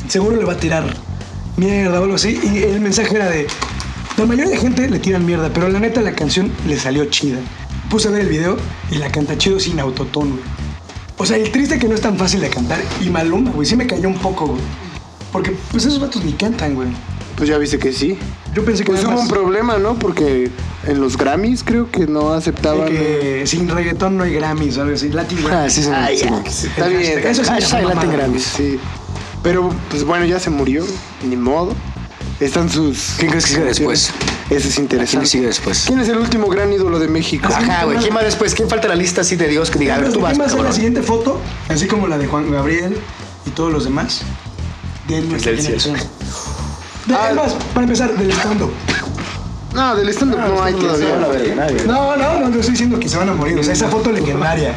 Speaker 5: seguro le va a tirar mierda o algo así. Y el mensaje era de, la mayoría de gente le tiran mierda, pero la neta la canción le salió chida. Puse a ver el video y la canta chido sin autotune, güey. O sea, el triste que no es tan fácil de cantar. Y Maluma, güey, sí me cayó un poco, güey. Porque, pues, esos vatos ni cantan, güey.
Speaker 3: pues ya viste que sí.
Speaker 5: Yo pensé que,
Speaker 3: Pues
Speaker 5: nada
Speaker 3: hubo un
Speaker 5: más-
Speaker 3: problema, ¿no? Porque en los Grammys creo que no aceptaban.
Speaker 5: que sin reggaetón no hay Grammys o algo así. Latin Grammy.
Speaker 1: sí, sí, sí.
Speaker 3: Está
Speaker 5: El
Speaker 3: bien.
Speaker 5: hashtag. Eso sí me
Speaker 1: Hashtag
Speaker 5: llamó
Speaker 1: Latin
Speaker 5: mamada.
Speaker 1: Grammy.
Speaker 3: Sí. Pero, pues bueno, ya se murió. Ni modo. Están sus.
Speaker 1: ¿Quién crees que siga después?
Speaker 3: Eso es
Speaker 1: ¿Quién
Speaker 3: interesante.
Speaker 1: sigue después?
Speaker 3: ¿Quién es el último gran ídolo de México?
Speaker 1: Ajá, güey. ¿Quién va después? ¿Quién falta en la lista así de Dios que diga, a ver,
Speaker 5: Pero
Speaker 1: tú vas,
Speaker 5: ¿Quién va a ser la
Speaker 1: cabrón?
Speaker 5: siguiente foto? Así como la de Juan Gabriel y todos los demás. De nuestra
Speaker 1: del cielo.
Speaker 5: generación. De,
Speaker 3: Ah.
Speaker 5: es más, para empezar, del stand-up.
Speaker 3: No, del stand-up no, hay todavía.
Speaker 5: No, no, no, no estoy diciendo que se van a morir. O sea, esa foto legendaria.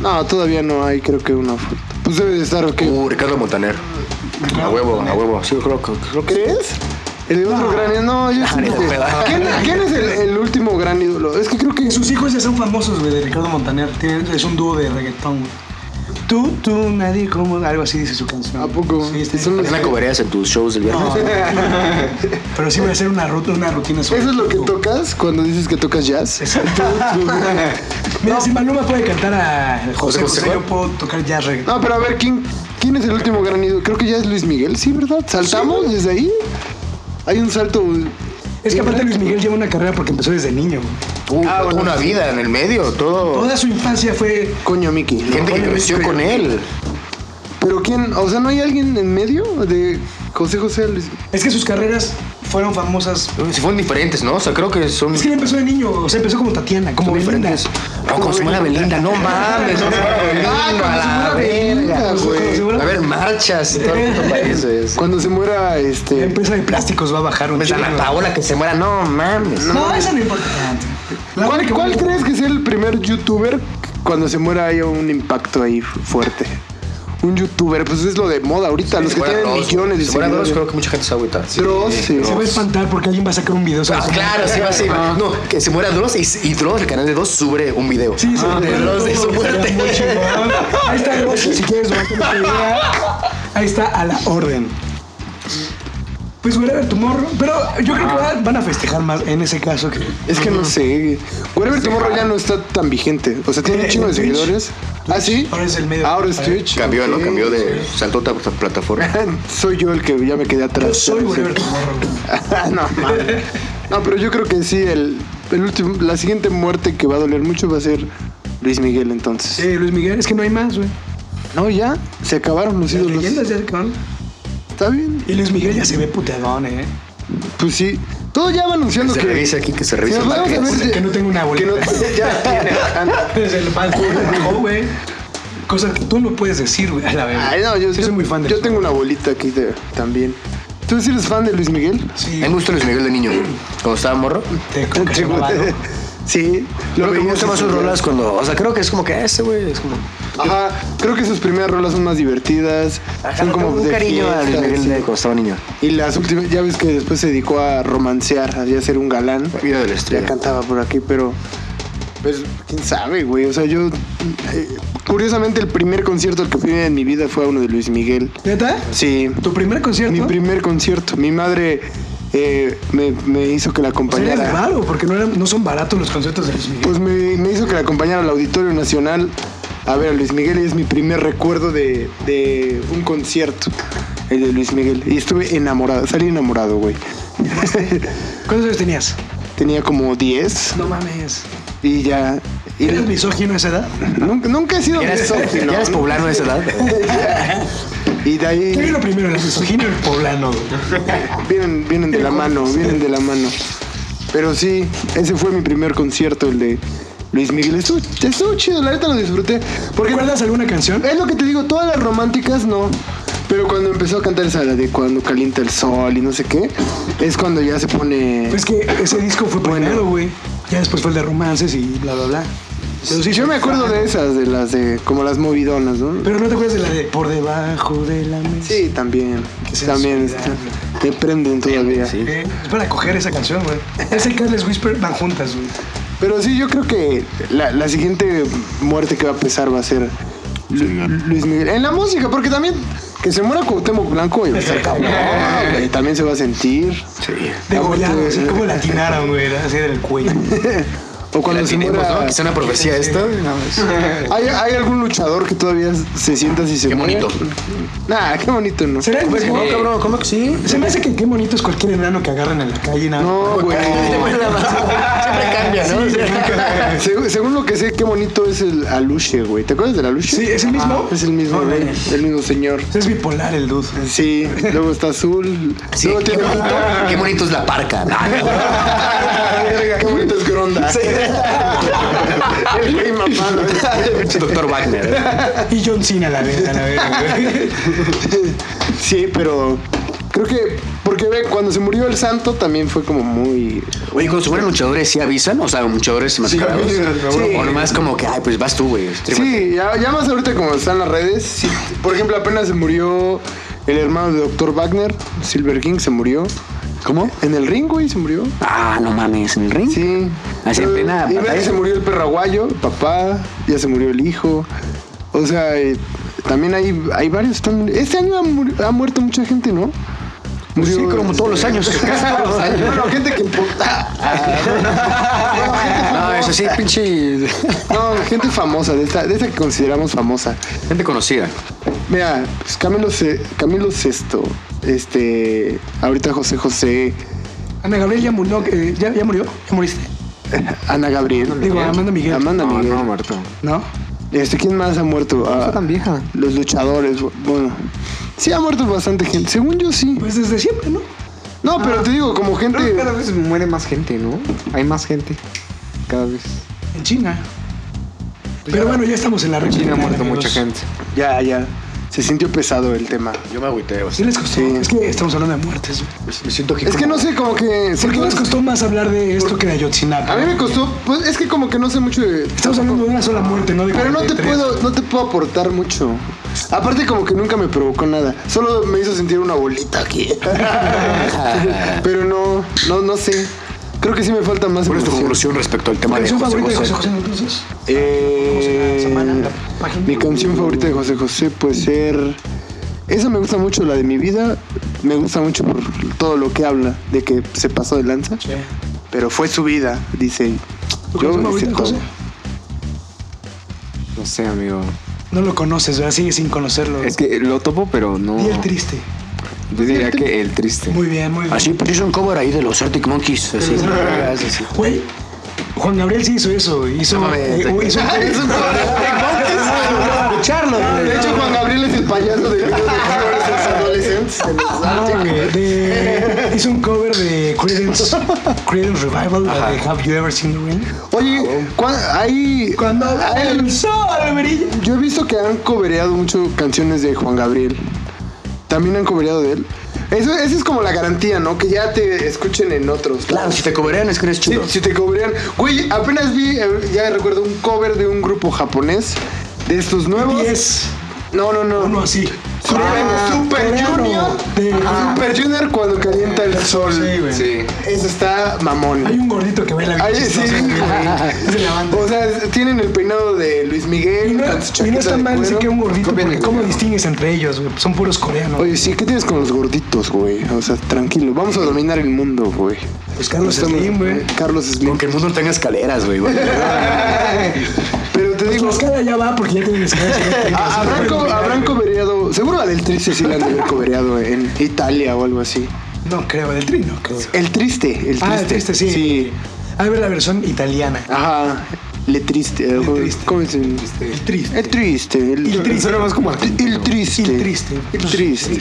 Speaker 3: No, todavía no hay, creo que una foto. Pues debe de estar, ¿o qué?
Speaker 1: Uh, Ricardo Montaner. A huevo, a huevo. Sí, creo que. creo que-
Speaker 3: ¿Crees? El otro gran ídolo. No,
Speaker 1: Ah,
Speaker 3: yo siento que- ¿Quién, quién es el, el último gran ídolo? Es que creo que.
Speaker 5: Sus hijos ya son famosos, güey, de Ricardo Montaner. Tienen- es un dúo de reggaetón, güey. Tú, tú, nadie, como algo así dice su canción.
Speaker 3: ¿A poco?
Speaker 5: Sí, está
Speaker 3: Son
Speaker 5: bien.
Speaker 3: los-
Speaker 1: ¿Quién la cobereas en tus shows del viernes?
Speaker 5: Pero sí voy a hacer una, ruta, una rutina sobre
Speaker 3: Eso es lo que
Speaker 5: tú.
Speaker 3: tocas cuando dices que tocas jazz.
Speaker 5: Exacto. Mira, si Maluma puede cantar a José José, yo puedo tocar jazz reggaetón.
Speaker 3: No, pero a ver, ¿quién, ¿quién es el último gran ídolo? Creo que ya es Luis Miguel, ¿sí, verdad? ¿Saltamos desde ahí? Hay un salto.
Speaker 5: Es que aparte Luis Miguel lleva una carrera porque empezó desde niño. güey.
Speaker 1: Uh, toda una vida en el medio, todo.
Speaker 5: Toda su infancia fue...
Speaker 3: Coño, Miki.
Speaker 1: Gente que creció con él.
Speaker 3: Pero ¿quién? O sea, ¿no hay alguien en medio de José José Luis?
Speaker 5: Es que sus carreras fueron famosas.
Speaker 1: Si fueron diferentes, ¿no? O sea, creo que son.
Speaker 5: Es que él empezó de niño, o sea, empezó como Tatiana, como
Speaker 1: Muy
Speaker 5: Belinda.
Speaker 1: diferentes. No, Ah, como si fuera Belinda, no mames. no, Belinda, a la
Speaker 3: Ah, cuando se muera Belinda,
Speaker 1: verga.
Speaker 3: güey.
Speaker 5: güey.
Speaker 1: A ver, marchas en todo el puto país, güey.
Speaker 3: Cuando se muera,
Speaker 5: La
Speaker 3: este.
Speaker 5: empresa de plásticos va a bajar un
Speaker 1: Ves a
Speaker 5: chingo.
Speaker 1: Ana Paola que se muera, no mames.
Speaker 5: No, esa no importa tanto. La
Speaker 3: ¿Cuál,
Speaker 5: única-
Speaker 3: cuál crees que sea el primer youtuber que cuando se muera haya un impacto ahí fu- fuerte? Un youtuber, pues es lo de moda ahorita, los
Speaker 1: Si
Speaker 3: que
Speaker 1: fuera
Speaker 3: tienen
Speaker 1: Dross,
Speaker 3: millones de
Speaker 1: Si fuera Dross,
Speaker 3: seguidores.
Speaker 1: creo que mucha gente se va a agüitar. Sí.
Speaker 3: Dross, sí.
Speaker 5: Se va a espantar porque alguien va a sacar un video sobre
Speaker 1: Ah,
Speaker 5: su-
Speaker 1: claro, sí va a ser. No, que se muera Dross y, y Dross, el canal de Dross, sube un video.
Speaker 5: Sí, sí,
Speaker 1: Ah, de Dross de su muerte.
Speaker 5: Ahí está Dross, si quieres durante la pelea. Ahí está a la orden. Pues Wherever Tomorrow. Pero yo creo que van a- van a festejar más en ese caso que.
Speaker 3: Es que no sé. Wherever Tomorrow ya no está tan vigente. O sea, tiene un chingo de
Speaker 5: Eh, Twitch.
Speaker 3: seguidores. ¿Ah, sí?
Speaker 5: Ahora es el medio.
Speaker 3: Ahora es Twitch.
Speaker 1: Cambió, ¿no?
Speaker 3: Ok.
Speaker 1: Cambió de. Saltó otra plataforma.
Speaker 3: Soy yo el que ya me quedé atrás.
Speaker 5: Yo soy Wherever Tomorrow.
Speaker 3: no, mames. No, pero yo creo que sí, el, el último, la siguiente muerte que va a doler mucho va a ser Luis Miguel entonces.
Speaker 5: Sí, Luis Miguel, es que no hay más, güey.
Speaker 3: No, ya, se acabaron los
Speaker 5: Las
Speaker 3: ídolos.
Speaker 5: leyendas ya se acabaron.
Speaker 3: Está bien.
Speaker 5: Y Luis Miguel ya se ve puteadón, eh.
Speaker 3: Pues sí. Todo ya va anunciando
Speaker 1: Se
Speaker 3: que.
Speaker 1: revisa aquí, que se
Speaker 3: Si
Speaker 1: revisa.
Speaker 3: nos
Speaker 1: el
Speaker 3: vamos a
Speaker 1: parque.
Speaker 3: ver-
Speaker 5: Que no tengo una
Speaker 3: que
Speaker 5: abuelita.
Speaker 3: no- ya tiene.
Speaker 5: Desde el banco, güey, güey. Cosa que tú no puedes decir, güey, a la verdad.
Speaker 3: Ay, no, yo,
Speaker 5: soy muy fan de
Speaker 3: Yo
Speaker 5: Luis
Speaker 3: tengo una bolita aquí de, también. ¿Tú sí eres fan de Luis Miguel?
Speaker 5: Sí,
Speaker 1: A mí me gusta Luis Miguel de niño. Cuando estaba morro.
Speaker 5: te con que no va, ¿no?
Speaker 3: Sí.
Speaker 1: Lo que me
Speaker 3: veías
Speaker 1: gusta más
Speaker 3: en
Speaker 1: sus rolas cuando. O sea, creo que es como que ese, güey. Es como.
Speaker 3: Ajá, creo que sus primeras rolas son más divertidas. son como
Speaker 1: un
Speaker 3: de
Speaker 1: cariño a Luis
Speaker 3: fiesta,
Speaker 1: Miguel
Speaker 3: sí.
Speaker 1: de cuando estaba niño.
Speaker 3: Y las últimas, ya ves que después se dedicó a romancear, a ya ser un galán.
Speaker 1: Vida de la
Speaker 3: Ya
Speaker 1: estrella.
Speaker 3: cantaba por aquí, pero. Pues, quién sabe, güey. O sea, yo. eh, curiosamente, el primer concierto al que fui en mi vida fue a uno de Luis Miguel.
Speaker 5: ¿Neta?
Speaker 3: Sí.
Speaker 5: ¿Tu primer concierto?
Speaker 3: Mi primer concierto. Mi madre eh, me, me hizo que la
Speaker 5: O sea, eres
Speaker 3: acompañara.
Speaker 5: raro, porque no, eran- no son baratos los conciertos de Luis Miguel.
Speaker 3: Pues me, me hizo que la acompañara al Auditorio Nacional a ver a Luis Miguel y es mi primer recuerdo de, de un concierto, el de Luis Miguel. Y estuve enamorado, salí enamorado, güey.
Speaker 5: ¿Cuántos años tenías?
Speaker 3: Tenía como 10
Speaker 5: No mames.
Speaker 3: y ya... y-
Speaker 5: ¿Eres misógino a esa edad?
Speaker 3: nunca, nunca he sido misógino.
Speaker 1: ¿Ya eres poblano de esa edad?
Speaker 3: Y de
Speaker 5: ¿Qué
Speaker 3: ahí
Speaker 5: vino primero, el misógino o el poblano? güey?
Speaker 3: vienen, vienen de la mano, vienen de la mano. Pero sí, ese fue mi primer concierto, el de Luis Miguel. Estuvo, estuvo chido, la neta lo disfruté. Porque
Speaker 5: ¿Recuerdas alguna canción?
Speaker 3: Es lo que te digo, todas las románticas no. Pero cuando empezó a cantar esa la de cuando calienta el sol y no sé qué, es cuando ya se pone.
Speaker 5: Pues que ese disco fue primero, güey. Ya después fue el de romances y bla, bla, bla. Pero sí,
Speaker 3: yo me acuerdo de esas, de las de como las movidonas, ¿no?
Speaker 5: Pero no te acuerdas de la de por debajo de la mesa.
Speaker 3: Sí, también.
Speaker 5: Qué
Speaker 3: También
Speaker 5: sensualidad.
Speaker 3: está- te prenden todavía.
Speaker 5: Eh, Es para coger esa canción, güey. Esa y Carles Whisper van juntas, güey.
Speaker 3: Pero sí, yo creo que la, la siguiente muerte que va a pesar va a ser Lu- Luis Miguel. En la música, porque también que se muera Cuauhtémoc Blanco y va a estar cabrón, güey, también se va a sentir.
Speaker 5: Degollado, así como la atinaron, güey. era Así del cuello.
Speaker 3: O cuando se
Speaker 1: Tenemos,
Speaker 3: muera.
Speaker 1: ¿no? Que sea una profecía esto.
Speaker 3: ¿Hay, hay algún luchador que todavía se sienta así se
Speaker 1: Qué
Speaker 3: muere?
Speaker 1: bonito.
Speaker 3: Nah, qué bonito, ¿no?
Speaker 5: ¿Será el mismo?
Speaker 6: cabrón, ¿cómo que sí?
Speaker 5: Se me hace que qué bonito es cualquier enano que agarran en la calle y nada.
Speaker 3: No, güey.
Speaker 1: Siempre cambia, ¿no?
Speaker 3: Seg- según lo que sé, qué bonito es el Aluche, güey. ¿Te acuerdas del Aluche? Ah,
Speaker 5: Sí, ¿es el mismo? Ah,
Speaker 3: Es el mismo, güey. El mismo señor.
Speaker 5: Es bipolar el dude.
Speaker 3: Sí, luego está azul.
Speaker 1: Sí,
Speaker 3: luego
Speaker 1: qué,
Speaker 3: tiene-
Speaker 1: bonito, qué bonito es la parca.
Speaker 3: Verga, qué bonito es Gronda. el güey mamado.
Speaker 1: Doctor Wagner. ¿eh?
Speaker 5: Y John Cena a la vez, a la vez, güey.
Speaker 3: Sí, pero creo que porque ve cuando se murió el santo también fue como muy
Speaker 1: Oye, cuando se mueren luchadores, ¿sí avisan? O sea, luchadores mascarados.
Speaker 3: Sí,
Speaker 1: O nomás como que, ay, pues vas tú, güey.
Speaker 3: Sí, ya, ya más ahorita como están las redes. sí. Por ejemplo, apenas se murió el hermano de Dr. Wagner, Silver King, se murió. ¿Cómo? En el ring, güey, se murió.
Speaker 1: Ah, no mames, en el ring.
Speaker 3: Sí.
Speaker 1: Así en
Speaker 3: Pero-
Speaker 1: plena
Speaker 3: y ve que
Speaker 1: batalla.
Speaker 3: se murió el perraguayo, papá, ya se murió el hijo. O sea, eh, también hay, hay varios. Están, este año ha, mu- ha muerto mucha gente, ¿no?
Speaker 1: Pues
Speaker 3: este,
Speaker 1: sí, como todos los años. Casi todos los años.
Speaker 3: Bueno, gente que importa.
Speaker 1: No, Ah, eso sí, pinche.
Speaker 3: No, gente famosa, de esta, de esta que consideramos famosa.
Speaker 1: Gente conocida.
Speaker 3: Mira, pues Camilo, Se- Camilo Sesto, este, ahorita José José,
Speaker 5: Ana Gabriel ya murió. eh, ya, ya murió? ¿Ya moriste?
Speaker 3: Ana Gabriel,
Speaker 5: Digo, Amanda Miguel.
Speaker 3: Amanda
Speaker 4: No,
Speaker 3: Miguel.
Speaker 4: no, Marto.
Speaker 5: ¿No?
Speaker 3: Este, ¿quién más ha muerto? Ah,
Speaker 4: tan vieja.
Speaker 3: Los luchadores, bu- bueno. Sí ha muerto bastante gente, según yo sí.
Speaker 5: Pues desde siempre, ¿no?
Speaker 3: No,
Speaker 5: Ah.
Speaker 3: pero te digo, como gente...
Speaker 4: Cada vez muere más gente, ¿no? Hay más gente. Cada vez.
Speaker 5: En China. Pero bueno, ya estamos en la red.
Speaker 4: China ha muerto mucha gente.
Speaker 3: Ya, ya. Se sintió pesado el tema.
Speaker 1: Yo me agüité, o
Speaker 5: Sí les costó.
Speaker 3: Sí.
Speaker 5: Es que estamos hablando de muertes. güey.
Speaker 1: Me siento que.
Speaker 3: Es que no sé, como que...
Speaker 5: ¿Por qué les costó más hablar de esto que de
Speaker 3: A
Speaker 5: Ayotzinapa?
Speaker 3: mí me costó, pues es que como que no sé mucho de...
Speaker 5: Estamos hablando de una sola muerte, ¿no? De
Speaker 3: Pero no te
Speaker 5: 43.
Speaker 3: puedo, no te puedo aportar mucho. Aparte como que nunca me provocó nada. Solo me hizo sentir una bolita aquí. Pero no, no, no sé. Creo que sí me falta más.
Speaker 1: ¿Cuál es tu
Speaker 3: emoción.
Speaker 1: conclusión respecto al tema de
Speaker 5: ¿Canción
Speaker 1: José
Speaker 5: favorita de
Speaker 1: José?
Speaker 5: José José entonces?
Speaker 3: pues, Eh,
Speaker 5: semana, la página.
Speaker 3: mi canción favorita de José José puede ser. Esa me gusta mucho, la de mi vida. me gusta mucho por todo lo que habla de que se pasó de lanza. Pero fue su vida, dice.
Speaker 5: ¿Tú
Speaker 3: pues, Yo
Speaker 5: conoces a
Speaker 3: hice
Speaker 5: Mauricio
Speaker 3: todo.
Speaker 5: José?
Speaker 4: No sé, amigo.
Speaker 5: No lo conoces, ¿verdad? Sigue sin conocerlo.
Speaker 4: Es que lo topo, pero no.
Speaker 5: Y el triste.
Speaker 4: Yo diría que el triste.
Speaker 5: Muy bien, muy bien.
Speaker 1: Así pusiste un cover ahí de los Arctic Monkeys. Así.
Speaker 5: Güey, Juan Gabriel sí hizo eso. güey. Hizo,
Speaker 1: No mames,
Speaker 5: eh,
Speaker 1: te-
Speaker 5: güey, hizo un cover.
Speaker 6: Escucharlo, güey.
Speaker 3: De hecho, Juan Gabriel es el payaso de videos de colores en los adolescentes. en los
Speaker 5: No,
Speaker 3: Arctic.
Speaker 5: güey, de- hizo un cover de Creedence, Creedence Revival, la de Have You Ever Seen the Rain. Ah,
Speaker 3: Oye, ¿cuá- hay,
Speaker 5: Cuando el sol brilla.
Speaker 3: yo he visto que han cobereado mucho canciones de Juan Gabriel. También han cobereado de él. Eso, esa es como la garantía, ¿no? Que ya te escuchen en otros.
Speaker 1: Claro, si te coberean es que eres
Speaker 3: Sí,
Speaker 1: chido.
Speaker 3: si te coberean. Güey, apenas vi, eh, ya recuerdo, un cover de un grupo japonés. De estos nuevos.
Speaker 5: 10,
Speaker 3: No, no, no.
Speaker 5: uno así. Ah,
Speaker 3: Super, Super
Speaker 5: coreano.
Speaker 3: Ah, Junior. Ah.
Speaker 5: De-
Speaker 3: Ajá. Super Junior cuando calienta el sol.
Speaker 5: Sí, güey.
Speaker 3: Eso está mamón.
Speaker 5: Hay un gordito que baila bien
Speaker 3: Ay,
Speaker 5: chistoso,
Speaker 3: sí.
Speaker 5: güey. Es de la banda.
Speaker 3: O sea, tienen el peinado de Luis Miguel.
Speaker 5: Y no,
Speaker 3: con su
Speaker 5: y no
Speaker 3: chaqueta
Speaker 5: está
Speaker 3: de
Speaker 5: mal decir
Speaker 3: cuero.
Speaker 5: que un gordito,
Speaker 4: Copian
Speaker 5: porque
Speaker 4: el
Speaker 5: ¿cómo
Speaker 4: coreano.
Speaker 5: distingues entre ellos, güey? Son puros coreanos.
Speaker 3: Oye, sí, ¿qué tienes con los gorditos, güey? O sea, tranquilo, vamos a dominar el mundo, güey.
Speaker 5: Pues Carlos
Speaker 3: Estamos-
Speaker 5: Slim, güey.
Speaker 3: Carlos Slim.
Speaker 1: Aunque el mundo no tenga escaleras, güey. güey.
Speaker 3: Pero te
Speaker 5: Pues la
Speaker 3: digo, Ah,
Speaker 5: escala ya va porque ya tienen escala.
Speaker 3: a- habrán, co- habrán cobereado, seguro la del triste sí la han de haber cobereado en Italia o algo así.
Speaker 5: No creo, del trino, creo.
Speaker 3: El triste, el triste.
Speaker 5: Ah, el triste, sí.
Speaker 3: Sí.
Speaker 5: A ver la versión italiana.
Speaker 3: Ajá. Le triste. eh,
Speaker 5: triste.
Speaker 3: Ah, ¿Cómo es el
Speaker 5: El triste.
Speaker 3: El triste. El,
Speaker 5: El triste.
Speaker 3: Suena más como argentino. el triste.
Speaker 5: El triste.
Speaker 3: El triste.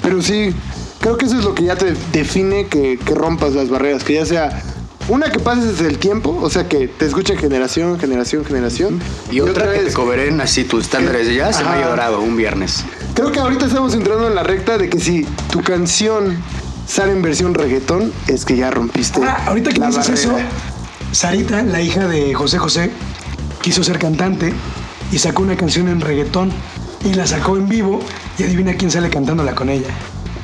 Speaker 3: Pero sí, creo que eso es lo que ya te define que, que rompas las barreras. Que ya sea una que pases el tiempo, o sea, que te escuche generación, generación, generación.
Speaker 1: Y otra que te
Speaker 3: es-
Speaker 1: cobereen así tus estándares. de, Ya se me ha
Speaker 3: Ajá.
Speaker 1: llorado un viernes.
Speaker 3: Creo que ahorita estamos entrando en la recta de que si tu canción sale en versión reggaetón, es que ya rompiste.
Speaker 5: Ah, ahorita que
Speaker 3: la
Speaker 5: dices eso,
Speaker 3: barrera.
Speaker 5: Sarita, la hija de José José, quiso ser cantante y sacó una canción en reggaetón y la sacó en vivo y adivina quién sale cantándola con ella.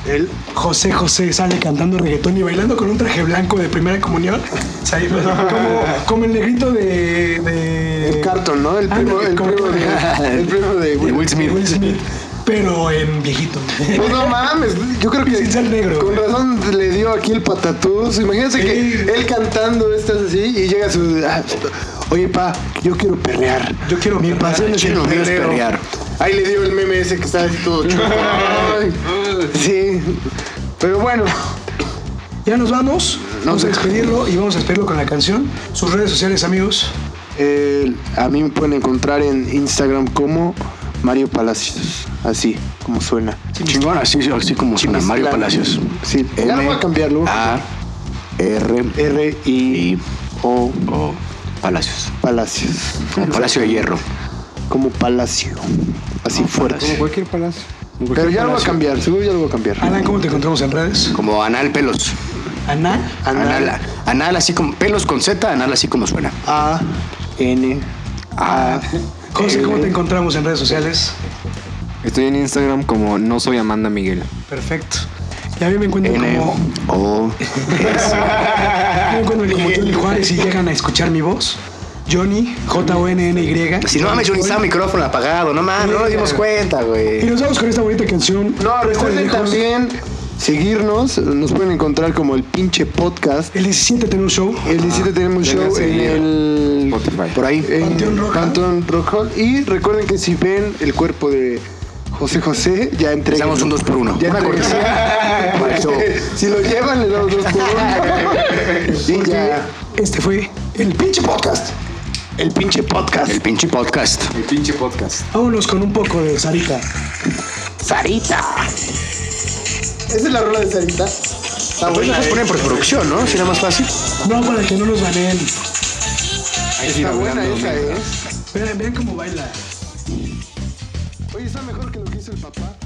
Speaker 3: Él.
Speaker 5: José José sale cantando reggaetón y bailando con un traje blanco de primera comunión. O sea, ahí fue como, como el negrito de... de- Ah,
Speaker 3: El Carton, ¿no? El
Speaker 5: Ándale,
Speaker 3: primo, el
Speaker 5: como-
Speaker 3: primo de, el primo de
Speaker 5: Will Smith. Pero en viejito.
Speaker 3: Pues no mames, yo creo que.
Speaker 5: Sin ser negro,
Speaker 3: Con
Speaker 5: güey.
Speaker 3: razón le dio aquí el patatús. Imagínate
Speaker 5: Sí.
Speaker 3: que él cantando estas así y llega su. ah, Oye, pa, yo quiero perrear.
Speaker 5: Yo quiero
Speaker 3: Mi
Speaker 5: perrear,
Speaker 3: pasión es el
Speaker 1: chido, mío es
Speaker 3: perreo".
Speaker 1: perrear.
Speaker 3: Ahí le dio el meme ese que está así todo chueco. Ay, Sí. Pero bueno,
Speaker 5: Ya nos vamos. Vamos a despedirlo y vamos a despedirlo con la canción. Sus redes sociales, amigos.
Speaker 3: eh, a mí me pueden encontrar en Instagram como Mario Palacios. Así, como suena.
Speaker 1: Chingón, así, así como suena. Mario Palacios. Ah,
Speaker 3: Sí, ya lo voy a cambiarlo.
Speaker 1: A R I
Speaker 3: R-I-O
Speaker 1: O Palacios.
Speaker 3: Palacios.
Speaker 1: Como Palacio de Hierro.
Speaker 3: como palacio, así fuerte.
Speaker 1: Palacio.
Speaker 4: Ah, Cualquier palacio.
Speaker 3: Pero ya lo va a cambiar, seguro ya lo va a cambiar.
Speaker 5: Alan, ¿cómo te encontramos en redes?
Speaker 1: Como anal pelos.
Speaker 5: Ana.
Speaker 1: Anal,
Speaker 3: Anal.
Speaker 1: anal así como pelos con Z, anal así como suena.
Speaker 3: A N A
Speaker 5: José, ¿cómo te encontramos en redes sociales?
Speaker 4: Estoy en Instagram como no soy Amanda Miguel.
Speaker 5: Perfecto. Y a mí me encuentran
Speaker 1: N
Speaker 5: como,
Speaker 1: O
Speaker 5: a mí me encuentran como Johnny Juárez y llegan a escuchar mi voz. Johnny, J-O-N-N-Y.
Speaker 1: Si no mames, yo ni estaba micrófono apagado, no mames, no nos dimos cuenta,
Speaker 5: Y
Speaker 1: güey.
Speaker 5: nos vamos con esta bonita canción.
Speaker 3: No, recuerden
Speaker 5: Lejos.
Speaker 3: también seguirnos, nos pueden encontrar como el pinche podcast.
Speaker 5: El 17 tenemos show.
Speaker 3: El 17 tenemos show
Speaker 4: vénganse
Speaker 3: en
Speaker 4: a
Speaker 3: el
Speaker 4: Spotify.
Speaker 3: por ahí en
Speaker 5: Panteón Rock Hall.
Speaker 3: Panteón Rock Hall y recuerden que si ven el cuerpo de José José, ya entreguen.
Speaker 1: Damos un dos por uno.
Speaker 3: Ya entreguen. Si lo llevan, le damos dos por uno. Y ya.
Speaker 5: Este fue el pinche podcast.
Speaker 3: El pinche podcast.
Speaker 1: El pinche podcast.
Speaker 4: El pinche podcast.
Speaker 5: Vámonos con un poco de Sarita.
Speaker 1: Sarita.
Speaker 3: Esa es la rola de Sarita.
Speaker 1: Está buena. Pues ponen por producción, ¿no? Será más fácil.
Speaker 5: No, para que no nos baneen.
Speaker 3: Está buena esa, ¿eh?
Speaker 5: Vean, vean cómo baila.
Speaker 3: Oye, está mejor que lo que hizo el papá.